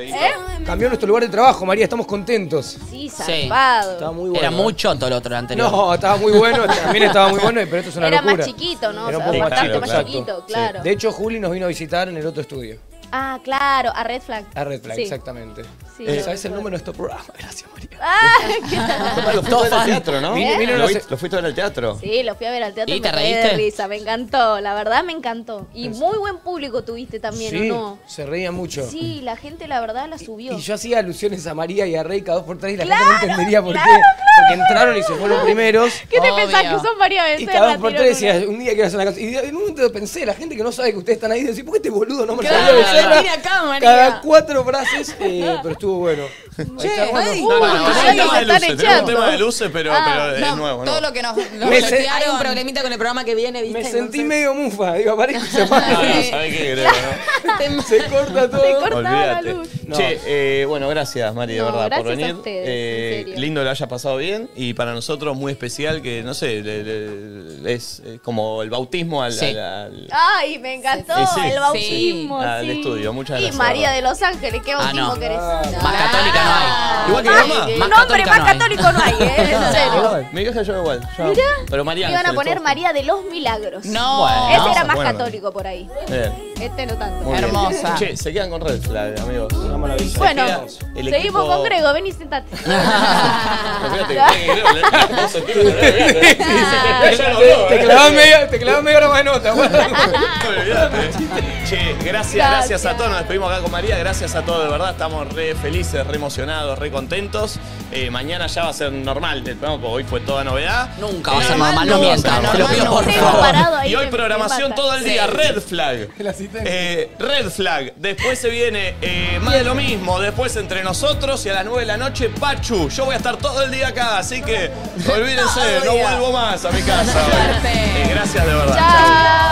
[SPEAKER 6] ¿Eh?
[SPEAKER 9] Cambió nuestro lugar de trabajo, María, estamos contentos.
[SPEAKER 6] Sí,
[SPEAKER 3] Sí.
[SPEAKER 6] zarpado.
[SPEAKER 9] Estaba muy bueno.
[SPEAKER 3] Era muy choto el otro anterior.
[SPEAKER 9] No, estaba muy bueno, también estaba muy bueno, pero esto es una
[SPEAKER 6] Era más
[SPEAKER 9] locura.
[SPEAKER 6] chiquito, ¿no?
[SPEAKER 9] Era un
[SPEAKER 6] O sea,
[SPEAKER 9] poco más
[SPEAKER 6] bastante
[SPEAKER 9] chiquito,
[SPEAKER 6] más
[SPEAKER 9] exacto.
[SPEAKER 6] chiquito,
[SPEAKER 9] Sí.
[SPEAKER 6] claro.
[SPEAKER 9] De hecho, Juli nos vino a visitar en el otro estudio,
[SPEAKER 6] Ah, claro, a Red Flag.
[SPEAKER 9] a Red Flag,
[SPEAKER 6] Sí.
[SPEAKER 9] exactamente.
[SPEAKER 6] Sí,
[SPEAKER 9] Eh,
[SPEAKER 6] lo
[SPEAKER 9] ¿Sabes el número de nuestro programa? Gracias, María.
[SPEAKER 6] Ah,
[SPEAKER 10] Lo fuiste a ver al teatro, ¿no?
[SPEAKER 9] Vino- vino
[SPEAKER 10] ¿Lo,
[SPEAKER 9] la
[SPEAKER 10] vi-
[SPEAKER 9] se-
[SPEAKER 10] lo fuiste a ver al teatro?
[SPEAKER 6] Sí, lo fui a ver al teatro
[SPEAKER 3] ¿Y
[SPEAKER 6] y
[SPEAKER 3] te
[SPEAKER 6] me caí de
[SPEAKER 3] reíste?
[SPEAKER 6] risa, me encantó, la verdad me encantó. Y muy buen público tuviste también,
[SPEAKER 9] sí,
[SPEAKER 6] ¿o no?
[SPEAKER 9] se reía mucho.
[SPEAKER 6] Sí, la gente la verdad la subió.
[SPEAKER 9] Y yo hacía alusiones a María y a Rey cada dos por tres y la gente no entendería por qué. Porque entraron y se fueron primeros.
[SPEAKER 2] ¿Qué te
[SPEAKER 3] Obvio.
[SPEAKER 2] pensás que son varias veces?
[SPEAKER 9] Y cada dos por tres decía, un día quiero hacer una cosa. Y de- en un momento pensé, la gente que no sabe que ustedes están ahí, decía, ¿por qué este boludo no me lo
[SPEAKER 3] Claro,
[SPEAKER 9] sabe Becerra?"
[SPEAKER 4] Mira acá, María.
[SPEAKER 9] Cada cuatro frases, eh, pero estuvo bueno. Ahí está, bueno.
[SPEAKER 4] ay,
[SPEAKER 1] No,
[SPEAKER 2] Uy,
[SPEAKER 1] no, no,
[SPEAKER 2] ahí
[SPEAKER 1] tenemos
[SPEAKER 2] se
[SPEAKER 1] un tema de
[SPEAKER 2] están
[SPEAKER 1] luces, tenemos un
[SPEAKER 2] echando.
[SPEAKER 1] tema de luces, pero, pero es
[SPEAKER 4] No,
[SPEAKER 1] nuevo, ¿no?
[SPEAKER 4] Todo lo que nos, nos
[SPEAKER 9] Me
[SPEAKER 5] Hay
[SPEAKER 9] se-
[SPEAKER 5] un
[SPEAKER 4] bloquearon.
[SPEAKER 5] problemita con el programa que viene, ¿viste?
[SPEAKER 9] Me sentí
[SPEAKER 5] Entonces-
[SPEAKER 9] medio mufa, digo, aparezco y se
[SPEAKER 1] Ah,
[SPEAKER 9] apaga.
[SPEAKER 1] no, ¿sabés qué, Grego, no?
[SPEAKER 9] Se corta todo.
[SPEAKER 2] Cortaba la
[SPEAKER 1] Olvídate.
[SPEAKER 2] luz.
[SPEAKER 9] No.
[SPEAKER 1] Che, eh, bueno, gracias, Mari, de
[SPEAKER 2] No,
[SPEAKER 1] verdad, por
[SPEAKER 2] gracias a
[SPEAKER 1] venir.
[SPEAKER 2] ustedes,
[SPEAKER 1] Eh,
[SPEAKER 2] en serio.
[SPEAKER 1] lindo lo haya pasado bien y para nosotros muy especial que, no sé, le- le- es eh, como el bautismo al,
[SPEAKER 3] Sí.
[SPEAKER 1] al- al- eh,
[SPEAKER 6] Ay, me encantó
[SPEAKER 1] Sí, sí.
[SPEAKER 6] Ah, el bautismo.
[SPEAKER 1] Sí. Al
[SPEAKER 6] sí.
[SPEAKER 1] estudio, muchas
[SPEAKER 6] Y
[SPEAKER 1] gracias,
[SPEAKER 6] María
[SPEAKER 1] verdad. Ah,
[SPEAKER 6] de Los Ángeles, qué bautismo
[SPEAKER 3] Ah, no. kan,
[SPEAKER 6] querés.
[SPEAKER 3] Más católica no hay.
[SPEAKER 1] Igual que
[SPEAKER 6] Más-
[SPEAKER 1] Gama.
[SPEAKER 6] Un
[SPEAKER 3] Más
[SPEAKER 6] nombre
[SPEAKER 3] católica
[SPEAKER 6] más
[SPEAKER 3] no hay.
[SPEAKER 6] católico no hay, ¿eh? En serio.
[SPEAKER 1] Mi vieja yo igual. yo. Pero María
[SPEAKER 6] Le Iban a
[SPEAKER 1] Ángeles,
[SPEAKER 6] poner
[SPEAKER 1] ojo.
[SPEAKER 6] María de los Milagros.
[SPEAKER 4] No.
[SPEAKER 3] Bueno.
[SPEAKER 6] Ese era
[SPEAKER 1] bueno,
[SPEAKER 6] más
[SPEAKER 1] bueno.
[SPEAKER 6] católico por ahí.
[SPEAKER 1] Bien,
[SPEAKER 6] Este no tanto.
[SPEAKER 1] muy bien.
[SPEAKER 4] Hermosa.
[SPEAKER 1] Che, se quedan con Red Flag, amigos. Se
[SPEAKER 6] Bueno,
[SPEAKER 1] queda el
[SPEAKER 6] seguimos
[SPEAKER 1] equipo-
[SPEAKER 6] con Grego, vení sentate.
[SPEAKER 1] Pero fíjate que Grego le- le- le- se tira, le- le- le- le- Ya lo veo,
[SPEAKER 9] Te
[SPEAKER 1] eh.
[SPEAKER 9] clavas media, te clavas media hora más de nota. bueno.
[SPEAKER 1] Olvídate. Che, gracias, gracias a todos. Nos despedimos acá con María. Gracias a todos, de verdad. Estamos re felices, re emocionados, re contentos. Eh, mañana ya va a ser normal el programa, porque hoy fue toda novedad. Eh,
[SPEAKER 3] Nunca va a ser
[SPEAKER 1] normal
[SPEAKER 3] normal, no
[SPEAKER 1] no,
[SPEAKER 3] mientan.
[SPEAKER 1] normal
[SPEAKER 3] Te lo pido
[SPEAKER 1] no.
[SPEAKER 3] por
[SPEAKER 6] Sí,
[SPEAKER 3] favor.
[SPEAKER 6] parado ahí
[SPEAKER 1] Y hoy
[SPEAKER 6] me-
[SPEAKER 1] programación
[SPEAKER 6] me
[SPEAKER 1] todo el día. Red flag.
[SPEAKER 9] El asistente.
[SPEAKER 1] Eh, red flag. Después se viene eh, más de lo mismo. Después entre nosotros y a las 9 de la noche, Pachu. Yo voy a estar todo el día acá, así que olvídense, no vuelvo más a mi casa. Eh, gracias de verdad. Chau.
[SPEAKER 6] Chao.